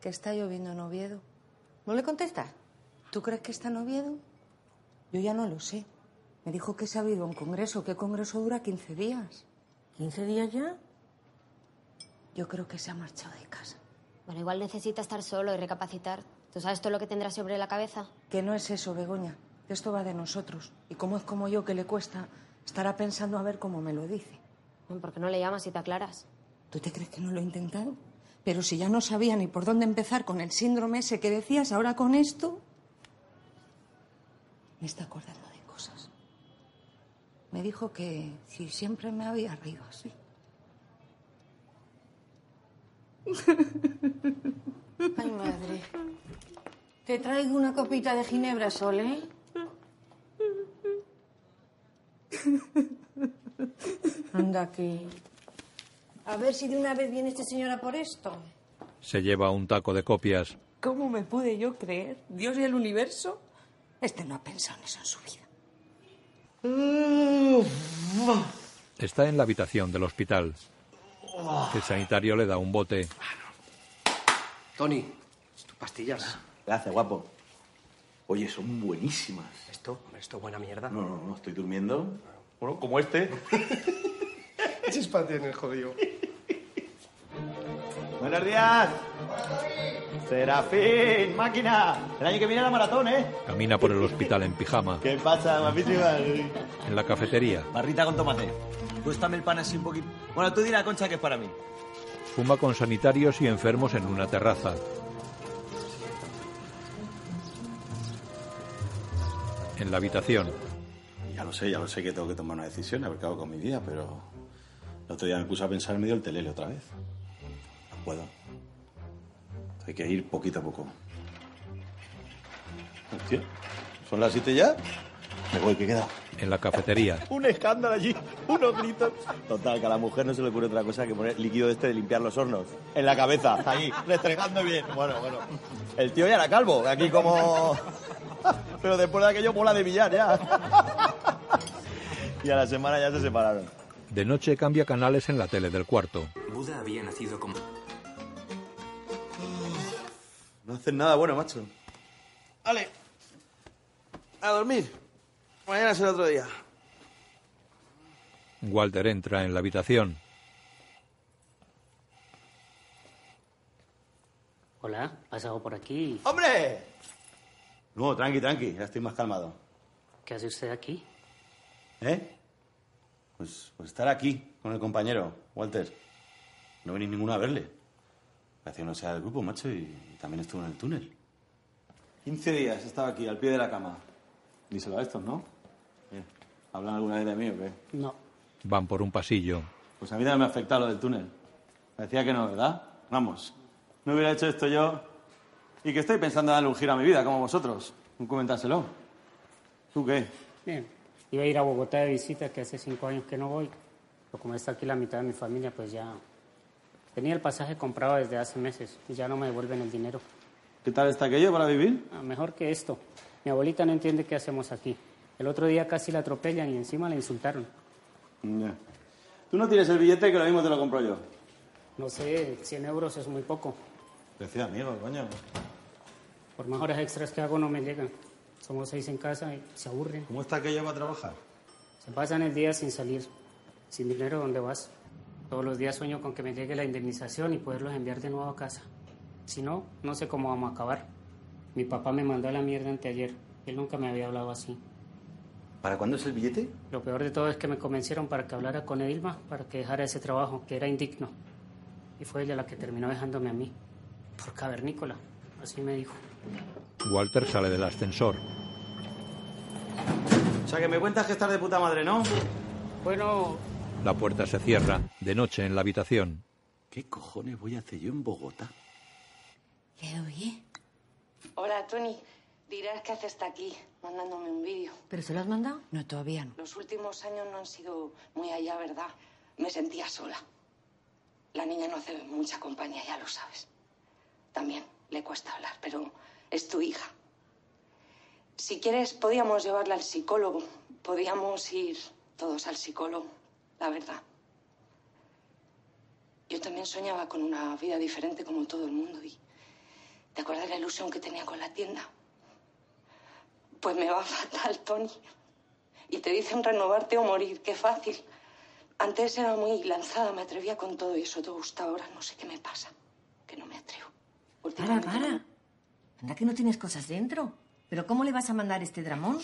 Speaker 7: Que está lloviendo en Oviedo. ¿No le contestas? ¿Tú crees que está en Oviedo? Yo ya no lo sé. Me dijo que se ha habido un congreso. ¿Qué congreso dura 15 días? ¿15 días ya? Yo creo que se ha marchado de casa.
Speaker 5: Bueno, igual necesita estar solo y recapacitar. ¿Tú sabes todo lo que tendrá sobre la cabeza?
Speaker 7: Que no es eso, Begoña. Que esto va de nosotros. Y como es como yo que le cuesta, estará pensando a ver cómo me lo dice.
Speaker 5: Bueno, ¿Por qué no le llamas y te aclaras?
Speaker 7: ¿Tú te crees que no lo he intentado? Pero si ya no sabía ni por dónde empezar con el síndrome ese que decías, ahora con esto. Me está acordando de cosas. Me dijo que si siempre me había reído así.
Speaker 60: Ay, madre. Te traigo una copita de ginebra, Sol, ¿eh?
Speaker 7: Anda aquí.
Speaker 60: A ver si de una vez viene este señor a por esto.
Speaker 1: Se lleva un taco de copias.
Speaker 7: ¿Cómo me pude yo creer? ¿Dios y el universo? Este no ha pensado en eso en su vida.
Speaker 1: Está en la habitación del hospital. El sanitario le da un bote.
Speaker 2: Tony, tus pastillas.
Speaker 8: Gracias, guapo. Oye, son buenísimas.
Speaker 2: Esto, hombre, esto es buena mierda.
Speaker 8: No, no, no, estoy durmiendo. Bueno, como este.
Speaker 2: Chispa tiene el jodido.
Speaker 8: Buenos días. Serafín, máquina. El año que viene la maratón, ¿eh?
Speaker 1: Camina por el hospital en pijama.
Speaker 8: ¿Qué pasa, mapísima?
Speaker 1: En la cafetería,
Speaker 8: Barrita con tomate.
Speaker 2: Tuéstame el pan así un poquito. Bueno, tú di la concha que es para mí.
Speaker 1: Fuma con sanitarios y enfermos en una terraza. En la habitación.
Speaker 8: Ya lo sé, ya lo sé que tengo que tomar una decisión, haber quedado con mi vida, pero el otro día me puse a pensar medio el telele otra vez. No puedo. Hay que ir poquito a poco. Hostia, ¿son las siete ya? Me voy, ¿qué queda?
Speaker 1: En la cafetería.
Speaker 8: Un escándalo allí, unos gritos. Total, que a la mujer no se le ocurre otra cosa que poner líquido este de limpiar los hornos. En la cabeza, ahí, restregando bien. Bueno, bueno. El tío ya era calvo, aquí como... Pero después de aquello, bola de billar ya. Y a la semana ya se separaron.
Speaker 1: De noche cambia canales en la tele del cuarto.
Speaker 9: Buda había nacido como...
Speaker 8: No hacen nada bueno, macho.
Speaker 2: Vale. A dormir. Mañana será otro día.
Speaker 1: Walter entra en la habitación.
Speaker 21: Hola, pasado por aquí.
Speaker 2: ¡Hombre!
Speaker 8: No, tranqui, tranqui, ya estoy más calmado.
Speaker 21: ¿Qué hace usted aquí?
Speaker 8: ¿Eh? Pues, pues estar aquí con el compañero, Walter. No venís ninguno a verle. Gracias no sea del grupo, macho, y, y también estuvo en el túnel.
Speaker 2: 15 días estaba aquí, al pie de la cama.
Speaker 8: Díselo a estos, ¿no? Bien. ¿Hablan alguna vez de mí o qué?
Speaker 21: No.
Speaker 1: Van por un pasillo.
Speaker 8: Pues a mí también me ha afectado lo del túnel. Parecía que no, ¿verdad? Vamos. No hubiera hecho esto yo. Y que estoy pensando en darle un giro a mi vida, como vosotros. Un comentárselo. ¿Tú qué?
Speaker 21: Bien. Iba a ir a Bogotá de visita, que hace cinco años que no voy. Pero como está aquí la mitad de mi familia, pues ya... Tenía el pasaje comprado desde hace meses y ya no me devuelven el dinero.
Speaker 8: ¿Qué tal está aquello para vivir?
Speaker 21: Ah, mejor que esto. Mi abuelita no entiende qué hacemos aquí. El otro día casi la atropellan y encima la insultaron.
Speaker 8: Ya. Tú no tienes el billete que lo mismo te lo compro yo.
Speaker 21: No sé, 100 euros es muy poco.
Speaker 8: Decía amigo, coño.
Speaker 21: Por más horas extras que hago no me llegan. Somos seis en casa y se aburren.
Speaker 8: ¿Cómo está aquello para trabajar?
Speaker 21: Se pasan el día sin salir, sin dinero ¿dónde vas. Todos los días sueño con que me llegue la indemnización y poderlos enviar de nuevo a casa. Si no, no sé cómo vamos a acabar. Mi papá me mandó a la mierda anteayer. Él nunca me había hablado así.
Speaker 8: ¿Para cuándo es el billete?
Speaker 21: Lo peor de todo es que me convencieron para que hablara con Edilma para que dejara ese trabajo, que era indigno. Y fue ella la que terminó dejándome a mí. Por cavernícola. Así me dijo.
Speaker 1: Walter sale del ascensor.
Speaker 2: O sea, que me cuentas que estás de puta madre, ¿no?
Speaker 21: Bueno,
Speaker 1: La puerta se cierra. De noche en la habitación.
Speaker 8: ¿Qué cojones voy a hacer yo en Bogotá?
Speaker 7: ¿Qué oye? Hola, Tony. Dirás que haces aquí, mandándome un vídeo.
Speaker 18: ¿Pero se lo has mandado? No, todavía no.
Speaker 7: Los últimos años no han sido muy allá, ¿verdad? Me sentía sola. La niña no hace mucha compañía, ya lo sabes. También le cuesta hablar, pero es tu hija. Si quieres, podíamos llevarla al psicólogo. Podíamos ir todos al psicólogo, la verdad. Yo también soñaba con una vida diferente como todo el mundo y... ¿Te acuerdas la ilusión que tenía con la tienda? Pues me va fatal, Tony. Y te dicen renovarte o morir, qué fácil. Antes era muy lanzada, me atrevía con todo y eso te gusta. Ahora no sé qué me pasa, que no me atrevo.
Speaker 18: Para, para. Anda que no tienes cosas dentro. ¿Pero cómo le vas a mandar este dramón?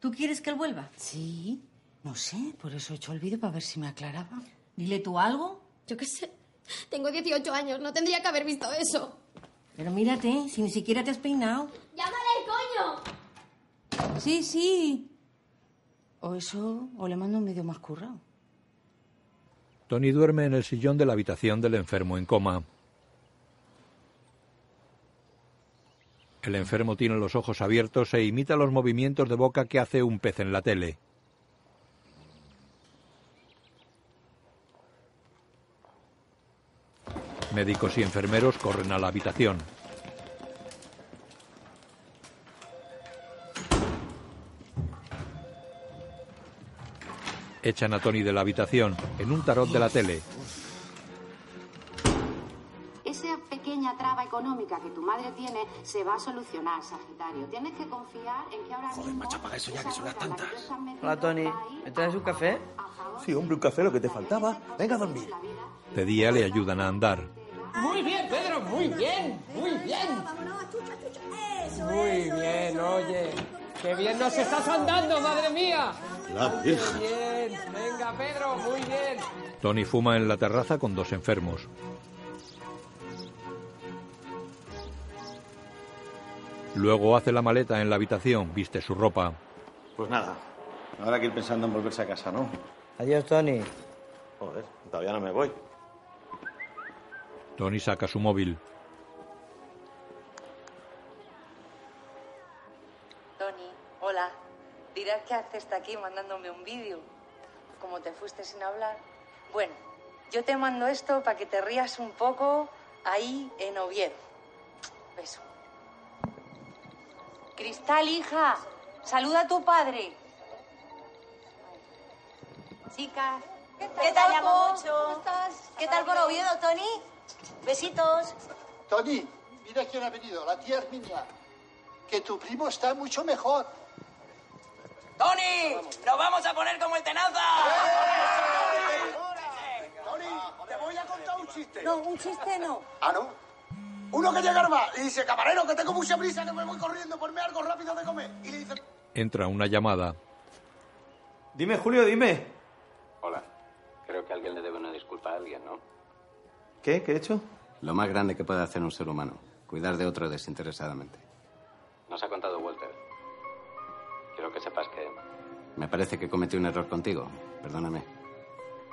Speaker 18: ¿Tú quieres que él vuelva? Sí.
Speaker 61: No sé, por eso he hecho el vídeo para ver si me aclaraba.
Speaker 18: Dile tú algo.
Speaker 5: Yo qué sé. Tengo 18 años, no tendría que haber visto eso.
Speaker 18: Pero mírate, si ni siquiera te has peinado.
Speaker 5: ¡Llámale, coño!
Speaker 61: Sí, sí. O eso, o le mando un vídeo más currado.
Speaker 1: Tony duerme en el sillón de la habitación del enfermo en coma. El enfermo tiene los ojos abiertos e imita los movimientos de boca que hace un pez en la tele. Médicos y enfermeros corren a la habitación. Echan a Tony de la habitación en un tarot de la tele.
Speaker 44: Esa pequeña traba económica que tu madre tiene se va a solucionar, Sagitario. Tienes que confiar en que ahora mismo...
Speaker 2: Macho, apaga eso ya, que son las tantas.
Speaker 44: Hola, Tony.
Speaker 2: ¿Me traes un café?
Speaker 8: Sí, hombre, un café lo que te faltaba. Venga a dormir.
Speaker 1: De día le ayudan a andar.
Speaker 13: Muy bien, Pedro, muy bien, muy bien. Muy bien, oye. Qué bien nos estás andando, madre mía.
Speaker 8: La Virgen.
Speaker 62: Bien, venga Pedro, muy bien.
Speaker 1: Tony fuma en la terraza con dos enfermos. Luego hace la maleta en la habitación, viste su ropa.
Speaker 8: Pues nada, ahora que ir pensando en volverse a casa, ¿no?
Speaker 44: Adiós, Tony.
Speaker 8: Joder, todavía no me voy.
Speaker 1: Tony saca su móvil.
Speaker 63: Tony, hola. Dirás que haces aquí mandándome un vídeo. Como te fuiste sin hablar. Bueno, yo te mando esto para que te rías un poco ahí en Oviedo. Beso. Cristal, hija, saluda a tu padre.
Speaker 13: Chicas, ¿qué
Speaker 63: tal,
Speaker 13: tal, ¿Qué tal
Speaker 63: guapo?
Speaker 13: Yamamocho? ¿Qué tal por Oviedo, Tony? Besitos.
Speaker 22: Tony, mira quién ha venido, la tía Herminia. Que tu primo está mucho mejor.
Speaker 62: ¡Tony! ¡Nos vamos a poner como el tenaza!
Speaker 44: Te voy a contar un chiste.
Speaker 13: No, un chiste no.
Speaker 44: ¿Ah, no? Uno que llega arma y dice, camarero, que tengo mucha prisa, que me voy corriendo, ponme algo rápido de comer. Y le dice,
Speaker 1: Entra una llamada.
Speaker 8: Dime, Julio, dime.
Speaker 9: Hola. Creo que alguien le debe una disculpa a alguien, ¿no?
Speaker 8: ¿Qué? ¿Qué he hecho?
Speaker 9: Lo más grande que puede hacer un ser humano, cuidar de otro desinteresadamente. Nos ha contado Walter. Quiero que sepas que... Me parece que cometí un error contigo. Perdóname.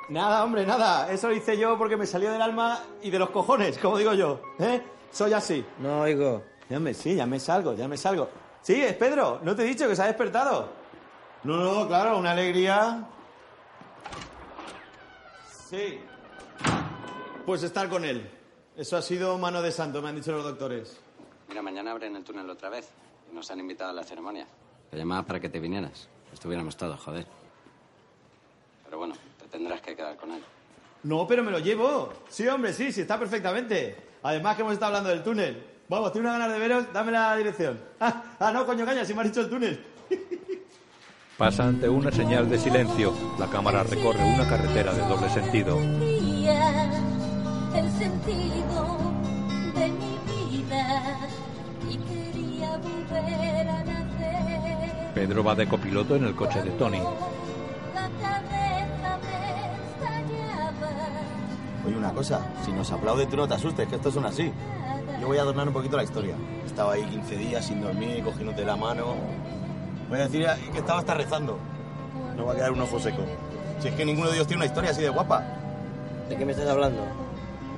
Speaker 44: Nada, hombre, nada. Eso lo hice yo porque me salió del alma y de los cojones, como digo yo. ¿Eh? Soy así. No oigo. Ya me, sí, ya me salgo, ya me salgo. Sí, es Pedro. No te he dicho que se ha despertado. No, no, claro, una alegría. Sí. Pues estar con él. Eso ha sido mano de santo, me han dicho los doctores.
Speaker 9: Mira, mañana abren el túnel otra vez. Y nos han invitado a la ceremonia. Te llamaba para que te vinieras. Estuviéramos todos, joder. Pero bueno, te tendrás que quedar con él.
Speaker 44: No, pero me lo llevo. Sí, hombre, sí, sí, está perfectamente. Además que hemos estado hablando del túnel. Vamos, tengo una ganas de veros, dame la dirección. Ah, ah, no, coño, caña, si me has dicho el túnel.
Speaker 1: Pasa ante una señal de silencio. La cámara recorre una carretera de doble sentido.
Speaker 13: el sentido de mi vida y quería volver a nacer.
Speaker 1: Pedro va de copiloto en el coche de Tony.
Speaker 13: La cabeza me estallaba.
Speaker 8: Oye, una cosa, si nos aplauden tú no te asustes, que esto son así. Yo voy a adornar un poquito la historia. Estaba ahí 15 días sin dormir, cogiéndote la mano. Voy a decir ah, que estaba hasta rezando. No va a quedar un ojo seco. Si es que ninguno de ellos tiene una historia así de guapa.
Speaker 44: ¿De qué me estás hablando?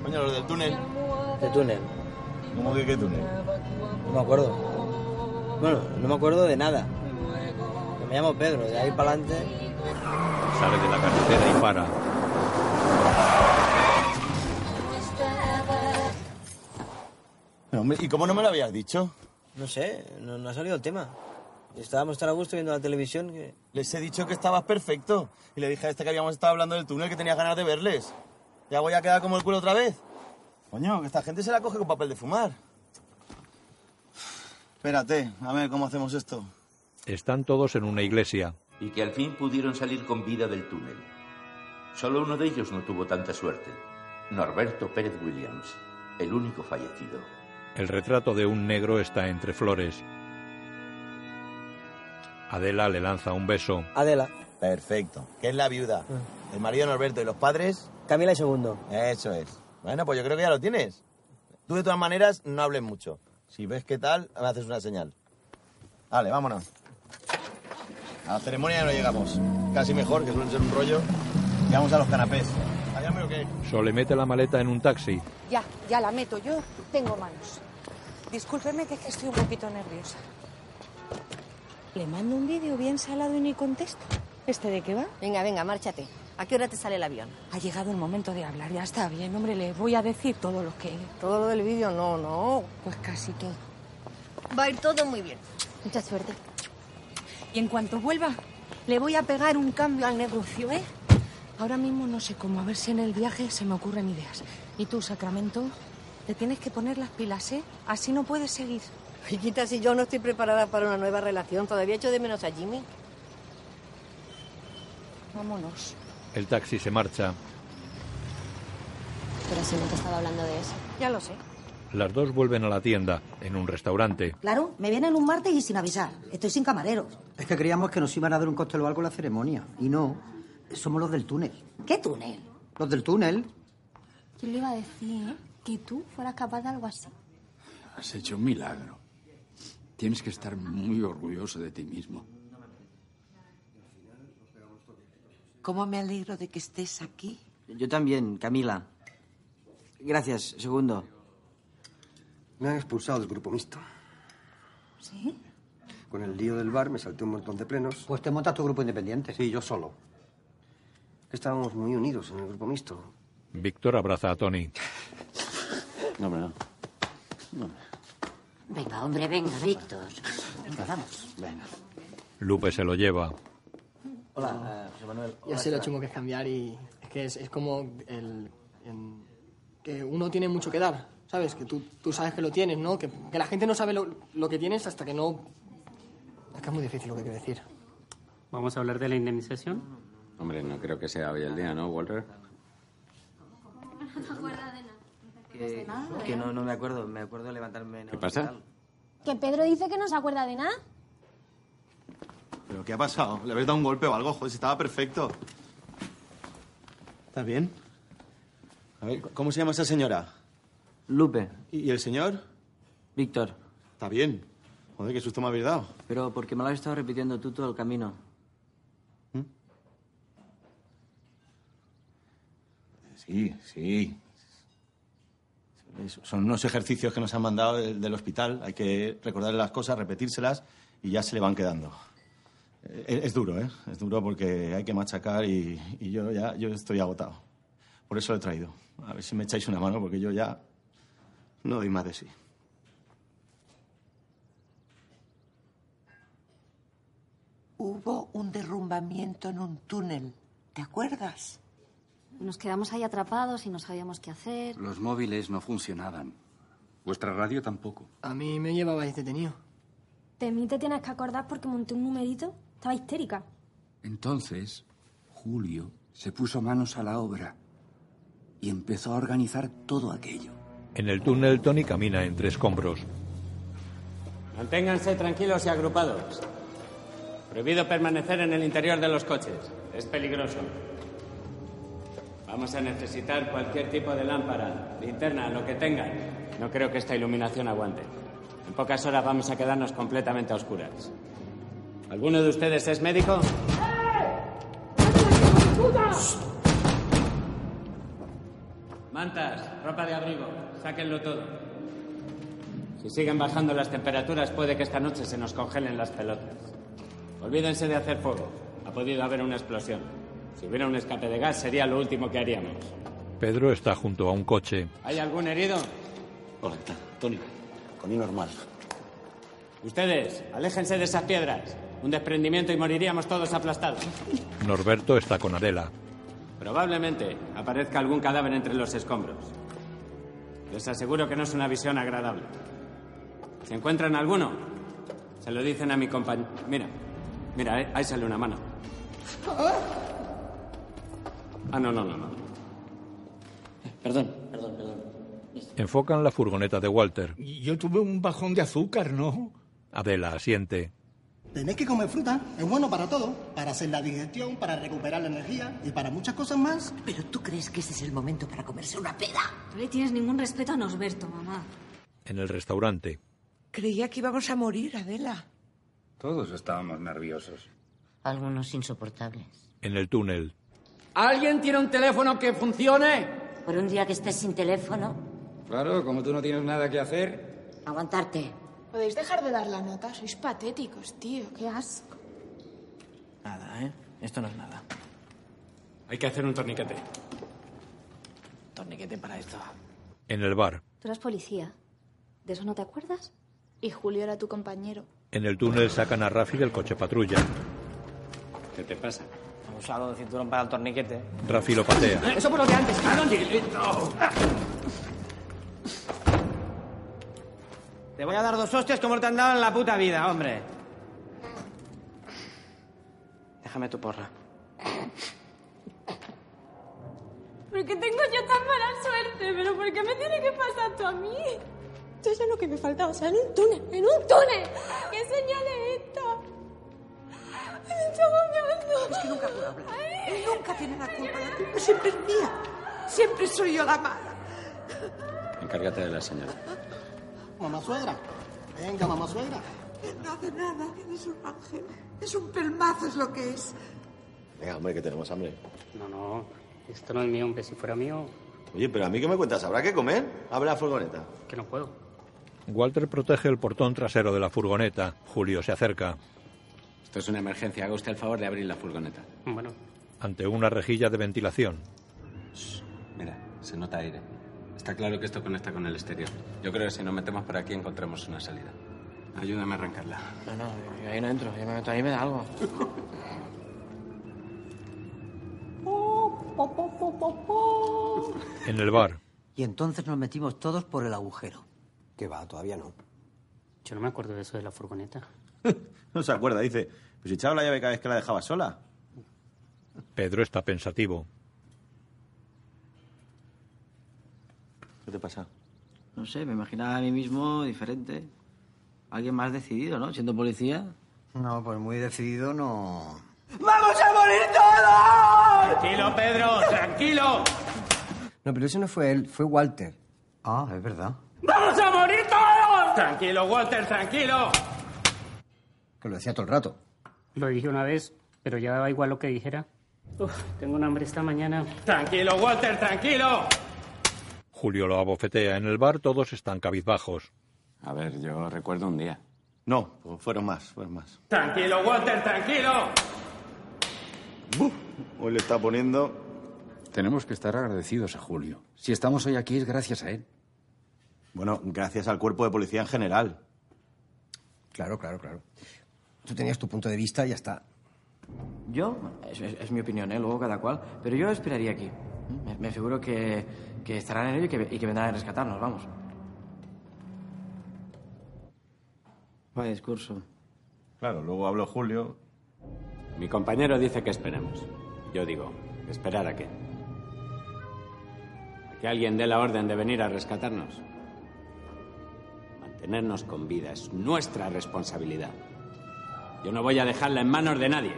Speaker 8: Coño, los del túnel.
Speaker 44: De túnel.
Speaker 8: ¿Cómo que qué túnel?
Speaker 44: No me acuerdo. Bueno, no me acuerdo de nada. Que me llamo Pedro, de ahí para adelante.
Speaker 1: Sale de la carretera y para.
Speaker 8: Pero, hombre, ¿Y cómo no me lo habías dicho?
Speaker 44: No sé, no, no ha salido el tema. Estábamos tan a gusto viendo la televisión que...
Speaker 8: Les he dicho que estabas perfecto. Y le dije a este que habíamos estado hablando del túnel que tenía ganas de verles. ¿Ya voy a quedar como el culo otra vez? Coño, que esta gente se la coge con papel de fumar. Espérate, a ver cómo hacemos esto.
Speaker 1: Están todos en una iglesia.
Speaker 17: y que al fin pudieron salir con vida del túnel. Solo uno de ellos no tuvo tanta suerte, Norberto Pérez Williams, el único fallecido.
Speaker 1: El retrato de un negro está entre flores. Adela le lanza un beso.
Speaker 44: Adela. Ah.
Speaker 8: Perfecto. ¿Qué es la viuda? El marido Norberto y los padres.
Speaker 44: Camila y Segundo.
Speaker 8: Eso es. Bueno, pues yo creo que ya lo tienes. Tú, de todas maneras, no hables mucho. Si ves qué tal, me haces una señal. Vale, vámonos. A la ceremonia ya no llegamos. Casi mejor, que suele ser un rollo. Llegamos a los canapés. ¿Allá me o qué?
Speaker 1: Sole mete la maleta en un taxi.
Speaker 7: Ya, ya la meto yo. Tengo manos. Discúlpeme que es que estoy un poquito nerviosa. Le mando un vídeo bien salado y ni contesto. ¿Este de qué va?
Speaker 20: Venga, venga, márchate. ¿A qué hora te sale el avión?
Speaker 7: Ha llegado el momento de hablar, ya está bien, hombre, le voy a decir todo lo que...
Speaker 20: Todo lo del vídeo, no, no. Pues casi todo. Va a ir todo muy bien. Mucha suerte.
Speaker 7: Y en cuanto vuelva, le voy a pegar un cambio al negocio, ¿eh? Ahora mismo no sé cómo, a ver si en el viaje se me ocurren ideas. Y tú, Sacramento, te tienes que poner las pilas, ¿eh? Así no puedes seguir.
Speaker 20: Hijita, si yo no estoy preparada para una nueva relación, todavía echo de menos a Jimmy.
Speaker 7: Vámonos.
Speaker 1: El taxi se marcha.
Speaker 64: Pero si no te estaba hablando de eso.
Speaker 20: Ya lo sé.
Speaker 1: Las dos vuelven a la tienda, en un restaurante.
Speaker 44: Claro, me vienen un martes y sin avisar. Estoy sin camarero. Es que creíamos que nos iban a dar un cóctel o algo en la ceremonia. Y no. Somos los del túnel. ¿Qué túnel? Los del túnel.
Speaker 15: Yo le iba a decir, ¿eh? Que tú fueras capaz de algo así.
Speaker 17: Has hecho un milagro. Tienes que estar muy orgulloso de ti mismo.
Speaker 7: ¿Cómo me alegro de que estés aquí?
Speaker 44: Yo también, Camila. Gracias, segundo.
Speaker 2: Me han expulsado del grupo mixto.
Speaker 7: ¿Sí?
Speaker 2: Con el lío del bar me salté un montón de plenos. Pues te montas tu grupo independiente. Sí, yo solo. Estábamos muy unidos en el grupo mixto.
Speaker 1: Víctor abraza a Tony.
Speaker 8: No, hombre, no.
Speaker 18: Venga, hombre, venga, Víctor. Venga, vamos.
Speaker 1: Lupe se lo lleva.
Speaker 20: eh,
Speaker 8: Hola, José Manuel.
Speaker 20: Ya sé lo chungo que es cambiar y es que es, es como el, en- que uno tiene mucho que dar, ¿sabes? Que tú, tú sabes que lo tienes, ¿no? Que, que la gente no sabe lo, lo que tienes hasta que no... Es que es muy difícil lo que quiero decir.
Speaker 65: Vamos a hablar de la indemnización.
Speaker 66: Hombre, no creo que sea hoy el día, ¿no, Walter?
Speaker 44: Que, que no, no me acuerdo. Me acuerdo de levantarme en el
Speaker 66: ¿Qué pasa?
Speaker 44: hospital.
Speaker 15: Que Pedro dice que no se acuerda de nada.
Speaker 8: ¿Pero qué ha pasado? ¿Le habéis dado un golpe o algo? Joder, si estaba perfecto. ¿Estás bien? A ver, ¿cómo se llama esa señora?
Speaker 44: Lupe.
Speaker 8: ¿Y y el señor?
Speaker 44: Víctor.
Speaker 8: Está bien. Joder, qué susto me habéis dado.
Speaker 44: Pero porque me lo has estado repitiendo tú todo el camino.
Speaker 8: ¿Mm? Sí, sí. Es- Son unos ejercicios que nos han mandado del, del hospital. Hay que recordarle las cosas, repetírselas y ya se le van quedando. Eh, Es, es duro, ¿eh? Es duro porque hay que machacar y, y yo ya yo estoy agotado. Por eso lo he traído. A ver si me echáis una mano porque yo ya no doy más de sí.
Speaker 7: Hubo un derrumbamiento en un túnel. ¿Te acuerdas?
Speaker 67: Nos quedamos ahí atrapados y no sabíamos qué hacer.
Speaker 17: Los móviles no funcionaban. Vuestra radio tampoco.
Speaker 20: A mí me llevabais detenido.
Speaker 15: De mí te tienes que acordar porque monté un numerito. Estaba histérica.
Speaker 17: Entonces, Julio se puso manos a la obra y empezó a organizar todo aquello.
Speaker 1: En el túnel, Tony camina entre escombros.
Speaker 9: Manténganse tranquilos y agrupados. Prohibido permanecer en el interior de los coches. Es peligroso. Vamos a necesitar cualquier tipo de lámpara, linterna, lo que tengan. No creo que esta iluminación aguante. En pocas horas vamos a quedarnos completamente a oscuras. ¿Alguno de ustedes es médico? Mantas, ropa de abrigo, sáquenlo todo. Si siguen bajando las temperaturas, puede que esta noche se nos congelen las pelotas. Olvídense de hacer fuego. Ha podido haber una explosión. Si hubiera un escape de gas, sería lo último que haríamos.
Speaker 1: Pedro está junto a un coche.
Speaker 9: ¿Hay algún herido?
Speaker 8: Hola, ¿qué tal? Tony. Tony normal.
Speaker 9: Ustedes, aléjense de esas piedras. Un desprendimiento y moriríamos todos aplastados.
Speaker 1: Norberto está con Adela.
Speaker 9: Probablemente aparezca algún cadáver entre los escombros. Les aseguro que no es una visión agradable. Si encuentran alguno, se lo dicen a mi compañero. Mira, mira, eh, ahí sale una mano. Ah, no, no, no, no. Perdón, perdón, perdón.
Speaker 1: Enfocan la furgoneta de Walter.
Speaker 9: Yo tuve un bajón de azúcar, ¿no?
Speaker 1: Adela asiente.
Speaker 9: Tenéis que comer fruta.
Speaker 44: Es bueno para todo. Para hacer la digestión, para recuperar la energía y para muchas cosas más.
Speaker 7: ¿Pero tú crees que este es el momento para comerse una peda?
Speaker 67: No le tienes ningún respeto a Nosberto, mamá.
Speaker 1: En el restaurante.
Speaker 7: Creía que íbamos a morir, Adela.
Speaker 17: Todos estábamos nerviosos.
Speaker 7: Algunos insoportables.
Speaker 1: En el túnel.
Speaker 9: ¿Alguien tiene un teléfono que funcione?
Speaker 7: Por un día que estés sin teléfono,
Speaker 17: Claro, como tú no tienes nada que hacer.
Speaker 7: aguantarte.
Speaker 14: ¿Podéis dejar de dar la nota? Sois patéticos, tío. Qué asco.
Speaker 9: Nada, ¿eh? Esto no es nada. Hay que hacer un torniquete.
Speaker 14: Torniquete para esto.
Speaker 1: En el bar.
Speaker 14: Tú eras policía. ¿De eso no te acuerdas? Y Julio era tu compañero.
Speaker 1: En el túnel sacan a Rafi del coche patrulla.
Speaker 9: ¿Qué te pasa?
Speaker 44: Hemos usado de cinturón para el torniquete. Eh,
Speaker 1: Rafi lo patea.
Speaker 9: Eso por lo de antes.
Speaker 44: Ah,
Speaker 9: ¿A dónde?
Speaker 44: Te voy a dar dos hostias como te han dado en la puta vida, hombre. Déjame tu porra.
Speaker 14: ¿Por qué tengo yo tan mala suerte? ¿Pero por qué me tiene que pasar tú a mí?
Speaker 15: Yo sé lo que me faltaba, o sea, en un túnel, en un túnel. ¿Qué señal es esta? Ay, un chavo me abandonó.
Speaker 13: Es que nunca puedo hablar. Él nunca tiene la culpa. La culpa siempre es mía. Siempre soy yo la mala.
Speaker 9: Encárgate de la señora.
Speaker 20: Mamá suegra. Venga, mamá suegra.
Speaker 13: No hace nada. Es un ángel. Es un pelmazo, es lo que es.
Speaker 8: Venga, hombre, que tenemos hambre.
Speaker 21: No, no, esto no es mío, aunque si fuera mío,
Speaker 8: Oye, pero a mí qué me cuentas, ¿habrá que comer? Abre la furgoneta.
Speaker 21: que no puedo.
Speaker 1: Walter protege el portón trasero de la furgoneta. Julio se acerca.
Speaker 9: Esto es una emergencia. Haga usted el favor de abrir la furgoneta.
Speaker 21: Bueno.
Speaker 1: Ante una rejilla de ventilación,
Speaker 9: Mira, se nota aire. Está claro que esto conecta con el exterior. Yo creo que si nos metemos por aquí encontramos una salida. Ayúdame a arrancarla.
Speaker 20: No, no, yo ahí no entro. Yo me meto ahí y me da algo.
Speaker 15: Oh,
Speaker 1: en el bar.
Speaker 68: Y entonces nos metimos todos por el agujero.
Speaker 21: Que va, todavía no. Yo no me acuerdo de eso de la furgoneta.
Speaker 8: No se acuerda, dice. Pues si echaba la llave cada vez que la dejaba sola.
Speaker 1: Pedro está pensativo.
Speaker 8: ¿Qué te pasa?
Speaker 44: No sé, me imaginaba a mí mismo diferente. Alguien más decidido, ¿no? Siendo policía.
Speaker 68: No, pues muy decidido no.
Speaker 13: ¡Vamos a morir todos!
Speaker 47: Tranquilo, Pedro, tranquilo.
Speaker 2: No, pero ese no fue él, fue Walter. Ah, es verdad.
Speaker 47: ¡Vamos a morir todos! Tranquilo, Walter, tranquilo.
Speaker 21: Que lo decía todo el rato. Lo dije una vez, pero ya daba igual lo que dijera. Uf, tengo un hambre esta mañana.
Speaker 47: Tranquilo, Walter, tranquilo.
Speaker 1: Julio lo abofetea. En el bar todos están cabizbajos.
Speaker 9: A ver, yo recuerdo un día. pues
Speaker 8: No, fueron Pues más, fueron más.
Speaker 47: Tranquilo, Walter, tranquilo.
Speaker 8: Hoy le está poniendo.
Speaker 17: Tenemos que estar agradecidos a Julio. Si estamos hoy aquí es gracias a él.
Speaker 8: Bueno, gracias al cuerpo de policía en general.
Speaker 2: Claro, claro, claro. Tú tenías tu punto de vista y ya está.
Speaker 44: Yo, es, es- es mi opinión, ¿eh? luego cada cual, pero yo esperaría aquí. Me, me figuro que, que estarán en ello y que, y que vendrán a rescatarnos, vamos. Vaya discurso.
Speaker 8: Claro, luego habló Julio.
Speaker 9: Mi compañero dice que esperemos. Yo digo, ¿esperar a qué? A que alguien dé la orden de venir a rescatarnos. Mantenernos con vida es nuestra responsabilidad. Yo no voy a dejarla en manos de nadie.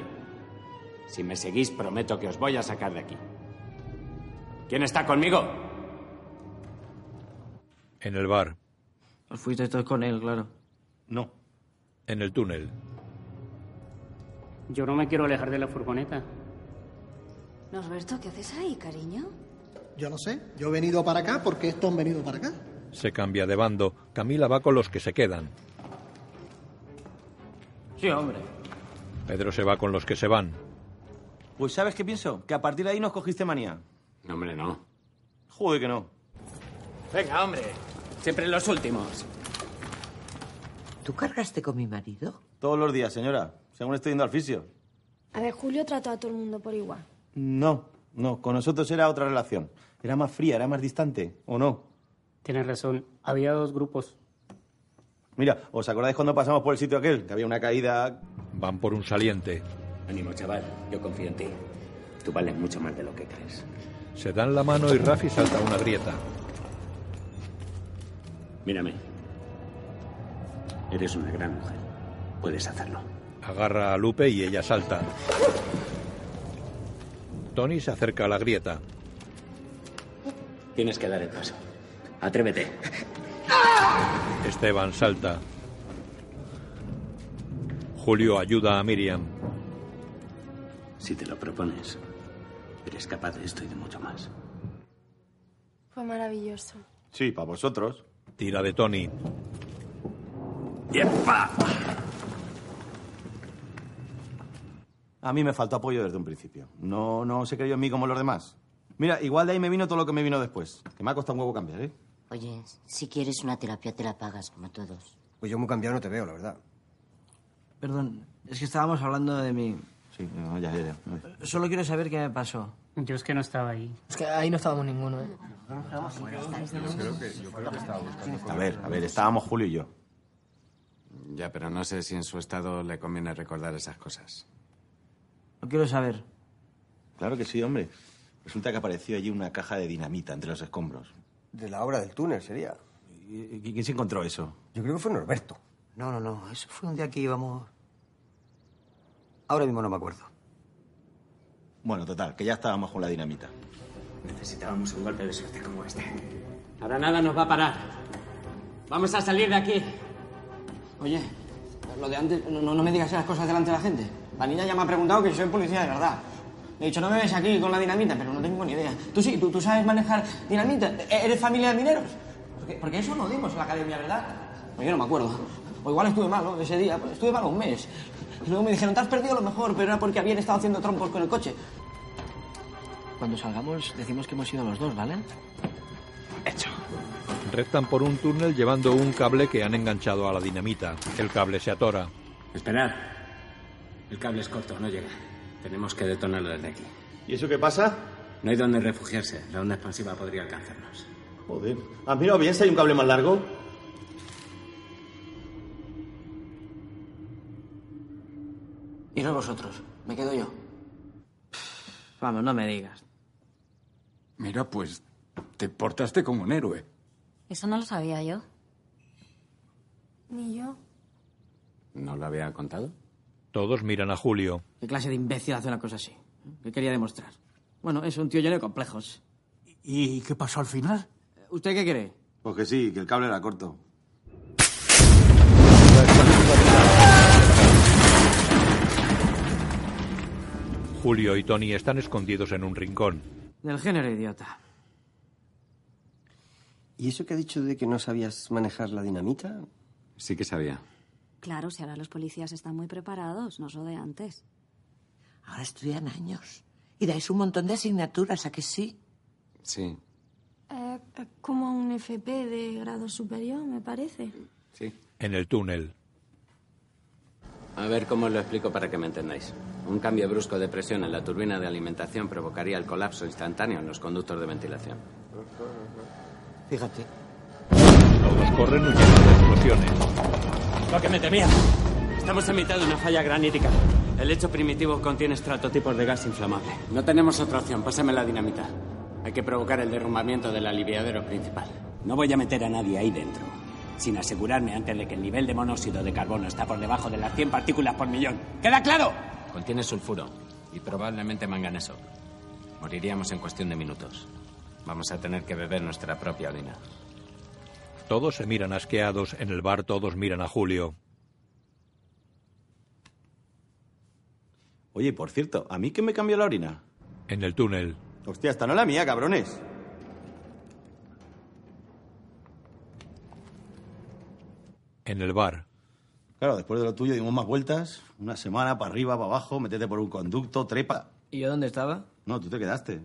Speaker 9: Si me seguís, prometo que os voy a sacar de aquí. ¿Quién está conmigo?
Speaker 1: En el bar.
Speaker 44: Os fuisteis todos con él, claro.
Speaker 8: No.
Speaker 1: En el túnel.
Speaker 21: Yo no me quiero alejar de la furgoneta.
Speaker 7: Norberto, ¿qué haces ahí, cariño?
Speaker 69: Yo no sé. Yo he venido para acá porque estos han venido para acá.
Speaker 1: Se cambia de bando. Camila va con los que se quedan.
Speaker 44: Sí, hombre.
Speaker 1: Pedro se va con los que se van.
Speaker 8: Pues ¿sabes qué pienso? Que a partir de ahí nos cogiste manía.
Speaker 9: No, hombre, no.
Speaker 8: Joder que no.
Speaker 47: Venga, hombre. Siempre los últimos.
Speaker 8: ¿Tú cargaste con mi marido? Todos los días, señora. Según estoy yendo al fisio.
Speaker 70: A ver, Julio trató a todo el mundo por igual.
Speaker 8: No, no. Con nosotros era otra relación. Era más fría, era más distante. ¿O no?
Speaker 21: Tienes razón. Había dos grupos.
Speaker 8: Mira, ¿os acordáis cuando pasamos por el sitio aquel? Que había una caída.
Speaker 1: Van por un saliente.
Speaker 47: Ánimo, chaval. Yo confío en ti. Tú vales mucho más de lo que crees.
Speaker 1: Se dan la mano y Rafi salta una grieta.
Speaker 47: Mírame. Eres una gran mujer. Puedes hacerlo.
Speaker 1: Agarra a Lupe y ella salta. Tony se acerca a la grieta.
Speaker 47: Tienes que dar el paso. Atrévete.
Speaker 1: Esteban salta. Julio ayuda a Miriam.
Speaker 47: Si te lo propones, eres capaz de esto y de mucho más.
Speaker 15: Fue maravilloso.
Speaker 8: Sí, para vosotros.
Speaker 1: Tira de Tony.
Speaker 8: A mí me faltó apoyo desde un principio. No, no se creyó en mí como los demás. Mira, igual de ahí me vino todo lo que me vino después. Que me ha costado un huevo cambiar, ¿eh?
Speaker 18: Oye, si quieres una terapia, te la pagas, como todos.
Speaker 2: Pues yo muy cambiado no te veo, la verdad.
Speaker 18: Perdón, es que estábamos hablando de mí.
Speaker 8: Sí, ya, ya, ya.
Speaker 18: Solo quiero saber qué me pasó.
Speaker 21: Yo es que no estaba ahí.
Speaker 20: Es que ahí no estábamos ninguno, ¿eh?
Speaker 8: A ver, a ver, estábamos Julio y yo.
Speaker 9: Ya, pero no sé si en su estado le conviene recordar esas cosas.
Speaker 18: Lo quiero saber.
Speaker 8: Claro que sí, hombre. Resulta que apareció allí una caja de dinamita entre los escombros.
Speaker 2: De la obra del túnel sería.
Speaker 8: ¿Y- y- ¿Quién se encontró eso?
Speaker 2: Yo creo que fue Norberto. No, no, no. Eso fue un día que íbamos. Ahora mismo no me acuerdo.
Speaker 8: Bueno, total, que ya estábamos con la dinamita.
Speaker 9: Necesitábamos un golpe de suerte como este. Ahora nada nos va a parar. Vamos a salir de aquí.
Speaker 44: Oye, lo de antes, no, no me digas esas cosas delante de la gente. La niña ya me ha preguntado que si soy policía de verdad. Le he dicho, no me ves aquí con la dinamita, pero no tengo ni idea. Tú sí, tú, tú sabes manejar dinamita. E- ¿Eres familia de mineros? Porque, porque eso no dimos en la academia, ¿verdad? Pues yo no me acuerdo. O igual estuve malo ese día, pues estuve malo un mes. Y luego me dijeron, te has perdido lo mejor, pero era porque habían estado haciendo trompos con el coche. Cuando salgamos, decimos que hemos ido los dos, ¿vale?
Speaker 1: Reptan por un túnel llevando un cable que han enganchado a la dinamita. El cable se atora.
Speaker 9: Esperad. El cable es corto, no llega. Tenemos que detonarlo desde aquí.
Speaker 8: ¿Y eso qué pasa?
Speaker 9: No hay donde refugiarse. La onda expansiva podría alcanzarnos.
Speaker 8: Joder. ¿Has mirado bien si hay un cable más largo?
Speaker 44: Iros vosotros, me quedo yo. Vamos, no me digas.
Speaker 17: Mira, pues te portaste como un héroe.
Speaker 7: Eso no lo sabía yo.
Speaker 15: Ni yo.
Speaker 9: ¿No lo había contado?
Speaker 1: Todos miran a Julio.
Speaker 44: ¿Qué clase de imbécil hace una cosa así? ¿Qué quería demostrar? Bueno, es un tío lleno de complejos.
Speaker 8: ¿Y qué pasó al final?
Speaker 44: ¿Usted qué cree?
Speaker 8: Pues que sí, que el cable era corto.
Speaker 1: Julio y Tony están escondidos en un rincón.
Speaker 44: Del género idiota.
Speaker 2: ¿Y eso que ha dicho de que no sabías manejar la dinamita?
Speaker 9: Sí que sabía.
Speaker 7: Claro, si ahora los policías están muy preparados, no es lo de antes.
Speaker 71: Ahora estudian años. Y dais un montón de asignaturas, ¿a que sí?
Speaker 9: Sí,
Speaker 15: Eh, es como un FP de grado superior, me parece.
Speaker 9: sí.
Speaker 1: En el túnel.
Speaker 9: A ver cómo os lo explico para que me entendáis. Un cambio brusco de presión en la turbina de alimentación provocaría el colapso instantáneo en los conductos de ventilación.
Speaker 44: Fíjate.
Speaker 1: Todos corren huyendo de explosiones.
Speaker 9: Lo que me temía. Estamos en mitad de una falla granítica. El lecho primitivo contiene estratotipos de gas inflamable. No tenemos otra opción. Pásame la dinamita. Hay que provocar el derrumbamiento del aliviadero principal. No voy a meter a nadie ahí dentro. Sin asegurarme antes de que el nivel de monóxido de carbono está por debajo de las 100 partículas por millón. ¿Queda claro? Contiene sulfuro y probablemente manganeso. Moriríamos en cuestión de minutos. Vamos a tener que beber nuestra propia orina.
Speaker 1: Todos se miran asqueados. En el bar todos miran a Julio.
Speaker 8: Oye, por cierto, ¿a mí quién me cambió la orina?
Speaker 1: En el túnel.
Speaker 8: Hostia, esta no es la mía, cabrones.
Speaker 1: En el bar.
Speaker 8: Claro, después de lo tuyo dimos más vueltas. Una semana para arriba, para abajo, métete por un conducto, trepa.
Speaker 44: ¿Y yo dónde estaba?
Speaker 8: No, tú te quedaste.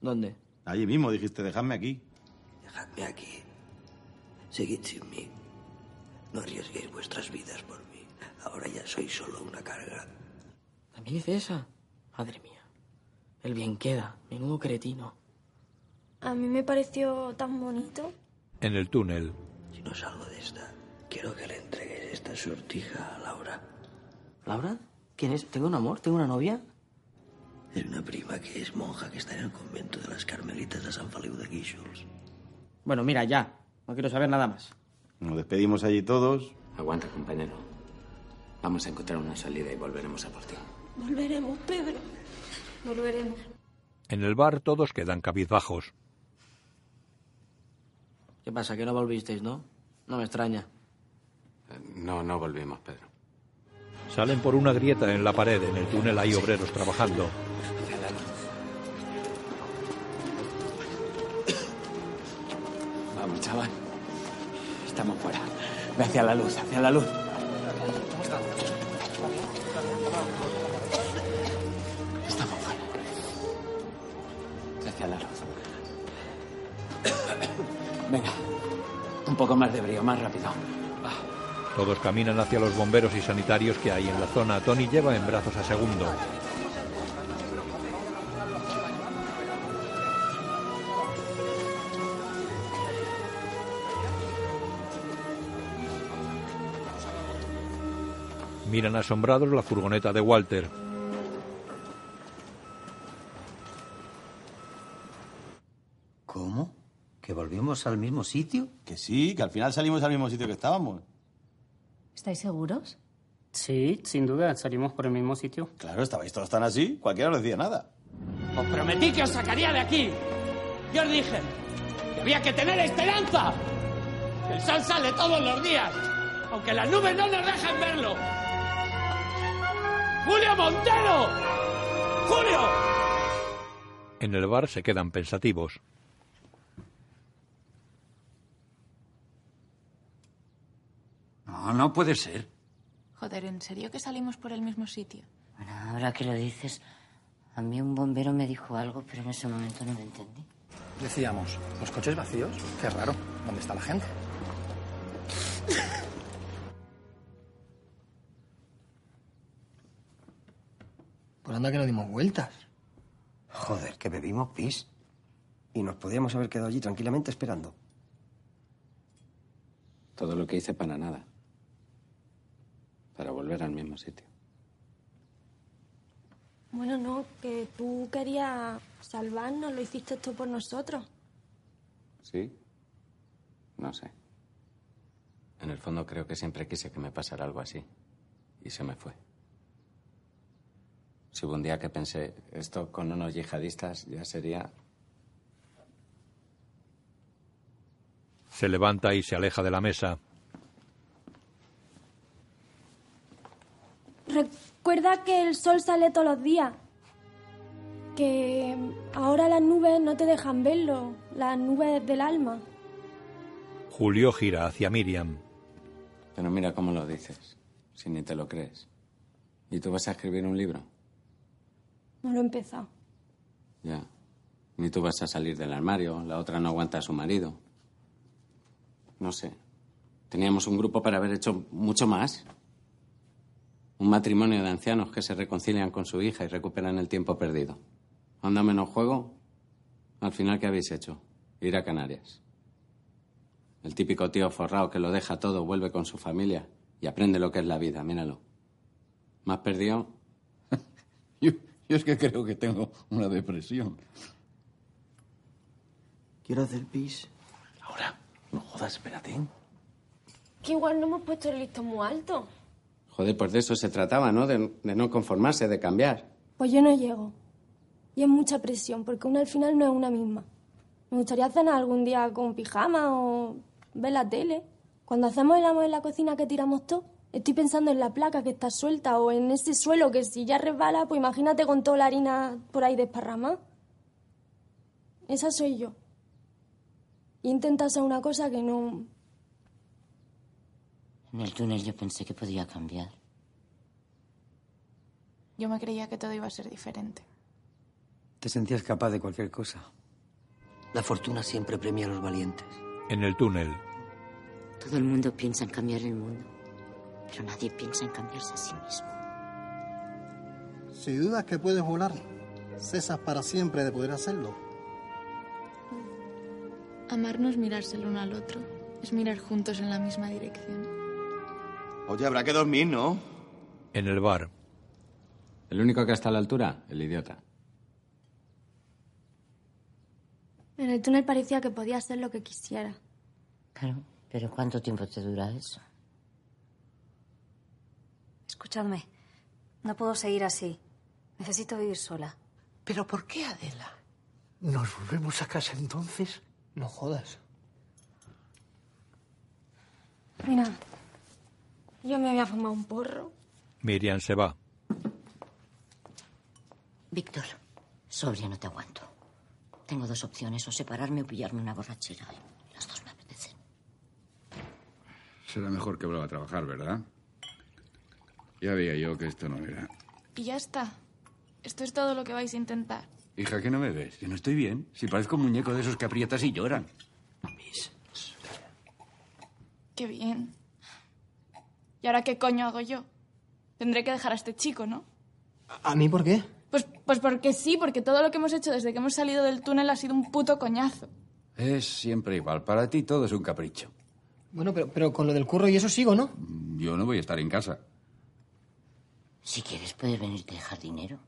Speaker 44: ¿Dónde?
Speaker 8: Allí mismo dijiste, dejadme aquí.
Speaker 72: Dejadme aquí. Seguid sin mí. No arriesguéis vuestras vidas por mí. Ahora ya soy solo una carga.
Speaker 44: ¿También hice esa? Madre mía. El bien queda. Menudo cretino.
Speaker 15: A mí me pareció tan bonito.
Speaker 1: En el túnel.
Speaker 72: Si no salgo de esta, quiero que le entreguéis esta sortija a Laura.
Speaker 44: ¿Laura? ¿Quién es? ¿Tengo un amor? ¿Tengo una novia?
Speaker 72: Es una prima que es monja que está en el convento de las Carmelitas de San Feliu de Guíxols.
Speaker 44: Bueno, mira, ya. No quiero saber nada más.
Speaker 8: Nos despedimos allí todos.
Speaker 9: Aguanta, compañero. Vamos a encontrar una salida y volveremos a por ti.
Speaker 15: Volveremos, Pedro. Volveremos.
Speaker 1: En el bar todos quedan cabizbajos.
Speaker 44: ¿Qué pasa? Que no volvisteis, ¿no? No me extraña.
Speaker 9: No, no volvimos, Pedro.
Speaker 1: Salen por una grieta en la pared. En el túnel hay obreros trabajando.
Speaker 9: Vamos, chaval. Estamos fuera. Ve hacia la luz, hacia la luz. Estamos fuera. Ve hacia la luz. Venga. Un poco más de brío, más rápido.
Speaker 1: Todos caminan hacia los bomberos y sanitarios que hay en la zona. Tony lleva en brazos a Segundo. Miran asombrados la furgoneta de Walter.
Speaker 73: ¿Cómo? ¿Que volvimos?
Speaker 8: fuimos al mismo sitio? Que sí, que al final salimos al mismo sitio que estábamos.
Speaker 7: ¿Estáis seguros?
Speaker 21: Sí, sin duda, salimos por el mismo sitio.
Speaker 8: Claro, estabais todos tan así, cualquiera no decía nada.
Speaker 21: Os prometí que os sacaría de aquí. Yo os dije que había que tener esperanza. El sol sale todos los días, aunque las nubes no nos dejan verlo. ¡Julio Montero! ¡Julio!
Speaker 1: En el bar se quedan pensativos.
Speaker 74: No, no puede ser.
Speaker 14: Joder, ¿en serio que salimos por el mismo sitio?
Speaker 18: Ahora que lo dices, a mí un bombero me dijo algo, pero en ese momento no lo entendí.
Speaker 2: Decíamos, los coches vacíos, qué raro, ¿dónde está la gente?
Speaker 20: Por anda que no dimos vueltas.
Speaker 2: Joder, que bebimos pis. Y nos podíamos haber quedado allí tranquilamente esperando.
Speaker 9: Todo lo que hice para nada. Para volver al mismo sitio.
Speaker 15: Bueno, no, que tú querías salvarnos, lo hiciste tú por nosotros.
Speaker 9: ¿Sí? No sé. En el fondo creo que siempre quise que me pasara algo así. Y se me fue. Si hubo un día que pensé, esto con unos yihadistas ya sería...
Speaker 1: Se levanta y se aleja de la mesa.
Speaker 15: Recuerda que el sol sale todos los días. Que ahora las nubes no te dejan verlo, las nubes del alma.
Speaker 1: Julio gira hacia Miriam.
Speaker 9: Pero mira cómo lo dices, si ni te lo crees. ¿Y tú vas a escribir un libro?
Speaker 15: No lo he empezado.
Speaker 9: Ya. Ni tú vas a salir del armario, la otra no aguanta a su marido. No sé. Teníamos un grupo para haber hecho mucho más. Un matrimonio de ancianos que se reconcilian con su hija y recuperan el tiempo perdido. Anda menos juego. Al final, ¿qué habéis hecho? Ir a Canarias. El típico tío forrado que lo deja todo, vuelve con su familia y aprende lo que es la vida. Míralo. Más perdido.
Speaker 17: Yo, yo es que creo que tengo una depresión.
Speaker 2: Quiero hacer pis.
Speaker 17: No jodas, espérate.
Speaker 75: Que igual no hemos puesto el listón muy alto.
Speaker 9: Joder, pues de eso se trataba, ¿no? De, de no conformarse, de cambiar.
Speaker 15: Pues yo no llego. Y es mucha presión, porque una al final no es una misma. Me gustaría cenar algún día con pijama o ver la tele. Cuando hacemos el amor en la cocina que tiramos todo, estoy pensando en la placa que está suelta o en ese suelo que si ya resbala, pues imagínate con toda la harina por ahí desparramada. Esa soy yo. Y intentas hacer una cosa que no...
Speaker 18: En el túnel yo pensé que podía cambiar.
Speaker 14: Yo me creía que todo iba a ser diferente.
Speaker 13: Te sentías capaz de cualquier cosa. La fortuna siempre premia a los valientes.
Speaker 1: En el túnel,
Speaker 18: Todo el mundo piensa en cambiar el mundo, pero nadie piensa en cambiarse a sí mismo.
Speaker 76: Si dudas que puedes volar, cesas para siempre de poder hacerlo.
Speaker 14: Amar no es mirarse el uno al otro, es mirar juntos en la misma dirección.
Speaker 8: Oye, habrá que dormir, ¿no?
Speaker 1: en el bar.
Speaker 9: El único que está a la altura, el idiota.
Speaker 15: En el túnel parecía que podía hacer lo que quisiera.
Speaker 18: Claro, pero ¿cuánto tiempo te dura eso?
Speaker 7: Escuchadme, no puedo seguir así. Necesito vivir sola.
Speaker 77: ¿Pero por qué, Adela?
Speaker 13: ¿Nos volvemos a casa entonces?
Speaker 20: No jodas.
Speaker 15: Mira, yo me había fumado un porro.
Speaker 1: Miriam se va.
Speaker 18: Víctor, sobria no te aguanto. Tengo dos opciones, o separarme o pillarme una borrachera. Las dos me apetecen.
Speaker 17: Será mejor que vuelva a trabajar, ¿verdad? Ya veía yo que esto no era.
Speaker 14: Y ya está. Esto es todo lo que vais a intentar.
Speaker 17: Hija, ¿qué no me ves? Que no estoy bien. Si parezco un muñeco de esos que aprietas y lloran.
Speaker 14: Qué bien. ¿Y ahora qué coño hago yo? Tendré que dejar a este chico, ¿no?
Speaker 20: ¿A mí por qué?
Speaker 14: Pues, pues porque sí, porque todo lo que hemos hecho desde que hemos salido del túnel ha sido un puto coñazo.
Speaker 17: Es siempre igual. Para ti todo es un capricho.
Speaker 20: Bueno, pero, pero con lo del curro y eso sigo, ¿no?
Speaker 17: Yo no voy a estar en casa.
Speaker 18: Si quieres, puedes venirte a dejar dinero.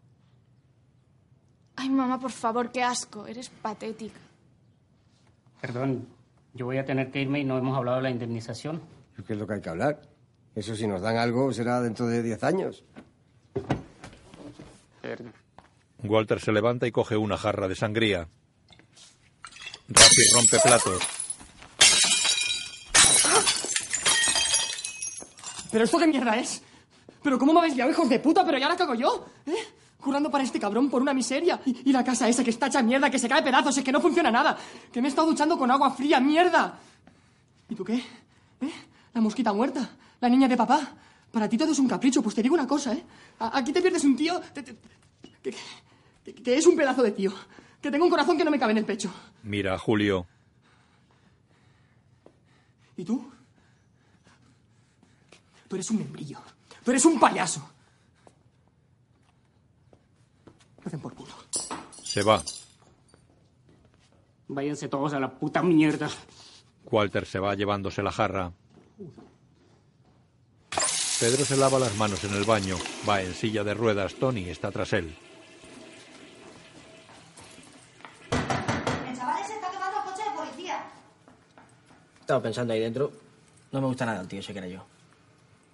Speaker 14: Ay, mamá, por favor, qué asco. Eres patética.
Speaker 21: Perdón, Yo voy a tener que irme y no hemos hablado de la indemnización.
Speaker 78: ¿Qué es lo que hay que hablar? Eso si nos dan algo será dentro de 10 años.
Speaker 1: Walter se levanta y coge una jarra de sangría. Rappi rompe platos.
Speaker 50: ¿Pero esto qué mierda es? ¿Pero cómo me habéis liado, hijos de puta? ¿Pero ya la cago yo? ¿Eh? Jurando para este cabrón por una miseria. Y, y la casa esa que está hecha mierda, que se cae a pedazos, es que no funciona nada. Que me he estado duchando con agua fría, mierda. ¿Y tú qué? ¿Eh? La mosquita muerta. La niña de papá. Para ti todo es un capricho. Pues te digo una cosa, ¿eh? A- aquí te pierdes un tío te- te- que, que- que es un pedazo de tío. Que tengo un corazón que no me cabe en el pecho.
Speaker 1: Mira a Julio.
Speaker 50: ¿Y tú? Tú eres un membrillo. Tú eres un payaso. Lo hacen por culo.
Speaker 1: Se va.
Speaker 21: Váyanse todos a la puta mierda.
Speaker 1: Walter se va llevándose la jarra. Pedro se lava las manos en el baño. Va en silla de ruedas. Tony está tras él.
Speaker 7: El chaval se está quemando el coche de policía.
Speaker 44: Estaba pensando ahí dentro. No me gusta nada el tío ese que era yo.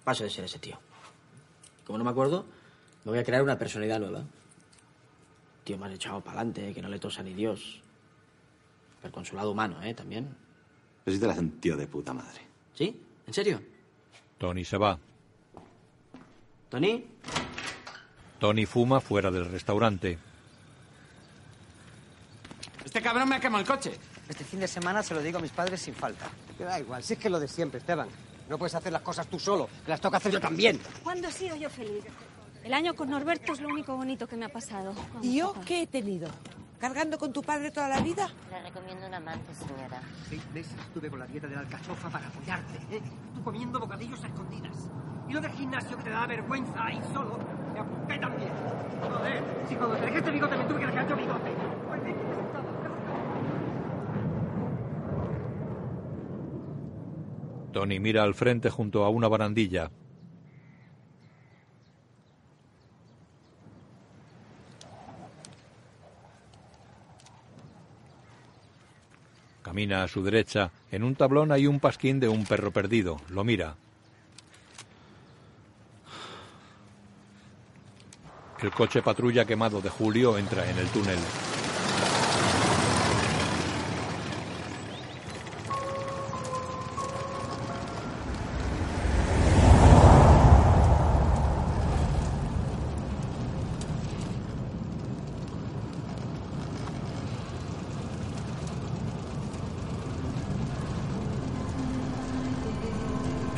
Speaker 44: Paso de ser ese tío. Como no me acuerdo, me voy a crear una personalidad nueva. Tío más echado para adelante, que no le tosa ni Dios. Pero con su lado humano, ¿eh? También.
Speaker 8: Pero si te la hacen tío de puta madre.
Speaker 44: ¿Sí? ¿En serio?
Speaker 1: Tony se va.
Speaker 44: ¿Tony?
Speaker 1: Tony fuma fuera del restaurante.
Speaker 21: Este cabrón me ha quemado el coche.
Speaker 2: Este fin de semana se lo digo a mis padres sin falta. Te da igual, si es que lo de siempre, Esteban. No puedes hacer las cosas tú solo, que las toca hacer yo también.
Speaker 7: ¿Cuándo he sido yo feliz? El año con Norberto es lo único bonito que me ha pasado. Vamos,
Speaker 79: ¿Y yo
Speaker 7: papá.
Speaker 79: qué he tenido? ¿Cargando con tu padre toda la vida?
Speaker 80: Le recomiendo un amante, señora.
Speaker 2: Seis meses estuve con la dieta de la alcachofa para apoyarte, ¿eh? Tú comiendo bocadillos a escondidas. Y lo del gimnasio que te da vergüenza ahí solo, me apunté también. Joder, si cuando te dejaste el bigote me tuve que dejar yo bigote.
Speaker 1: Tony mira al frente junto a una barandilla. Camina a su derecha. En un tablón hay un pasquín de un perro perdido. Lo mira. El coche patrulla quemado de Julio entra en el túnel.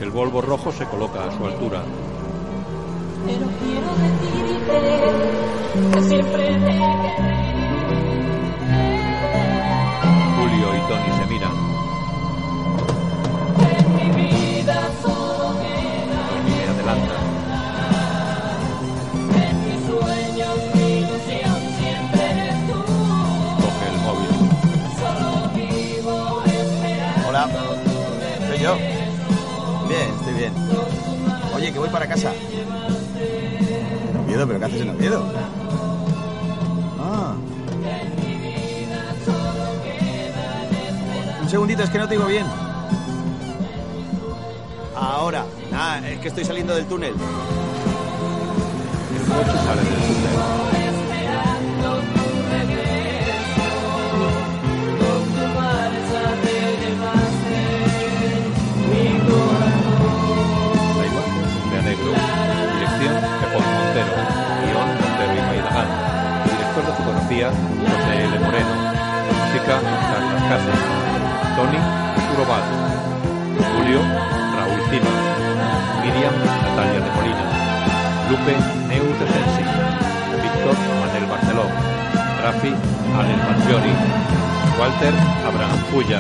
Speaker 1: El Volvo rojo se coloca a su altura.
Speaker 13: Pero quiero decirte que siempre te
Speaker 1: Julio y Tony se miran. Tony se adelanta. Coge el móvil.
Speaker 8: Hola. ¿Soy yo? Bien, estoy bien. Oye, que voy para casa. ¿En Oviedo? ¿Pero qué haces en Oviedo? Ah. Un segundito, es que no te digo bien. Ahora. Ah, es que estoy saliendo del túnel.
Speaker 1: El coche sale del túnel. La imagen de negro. Dirección Pepón Montero. Guión Montero y Maidagán. Director de fotografía José L. Moreno. Música Carlos Casas. Tony Urobal. Julio Raúl Cima. Miriam Natalia de Molina. Lupe Neu Tesensi. Víctor Manel Barceló. Rafi Alex Maggiori. Walter Abraham Puya.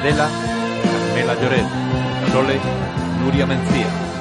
Speaker 1: Adela Carmela Lloret. Sole Nuria Mencía.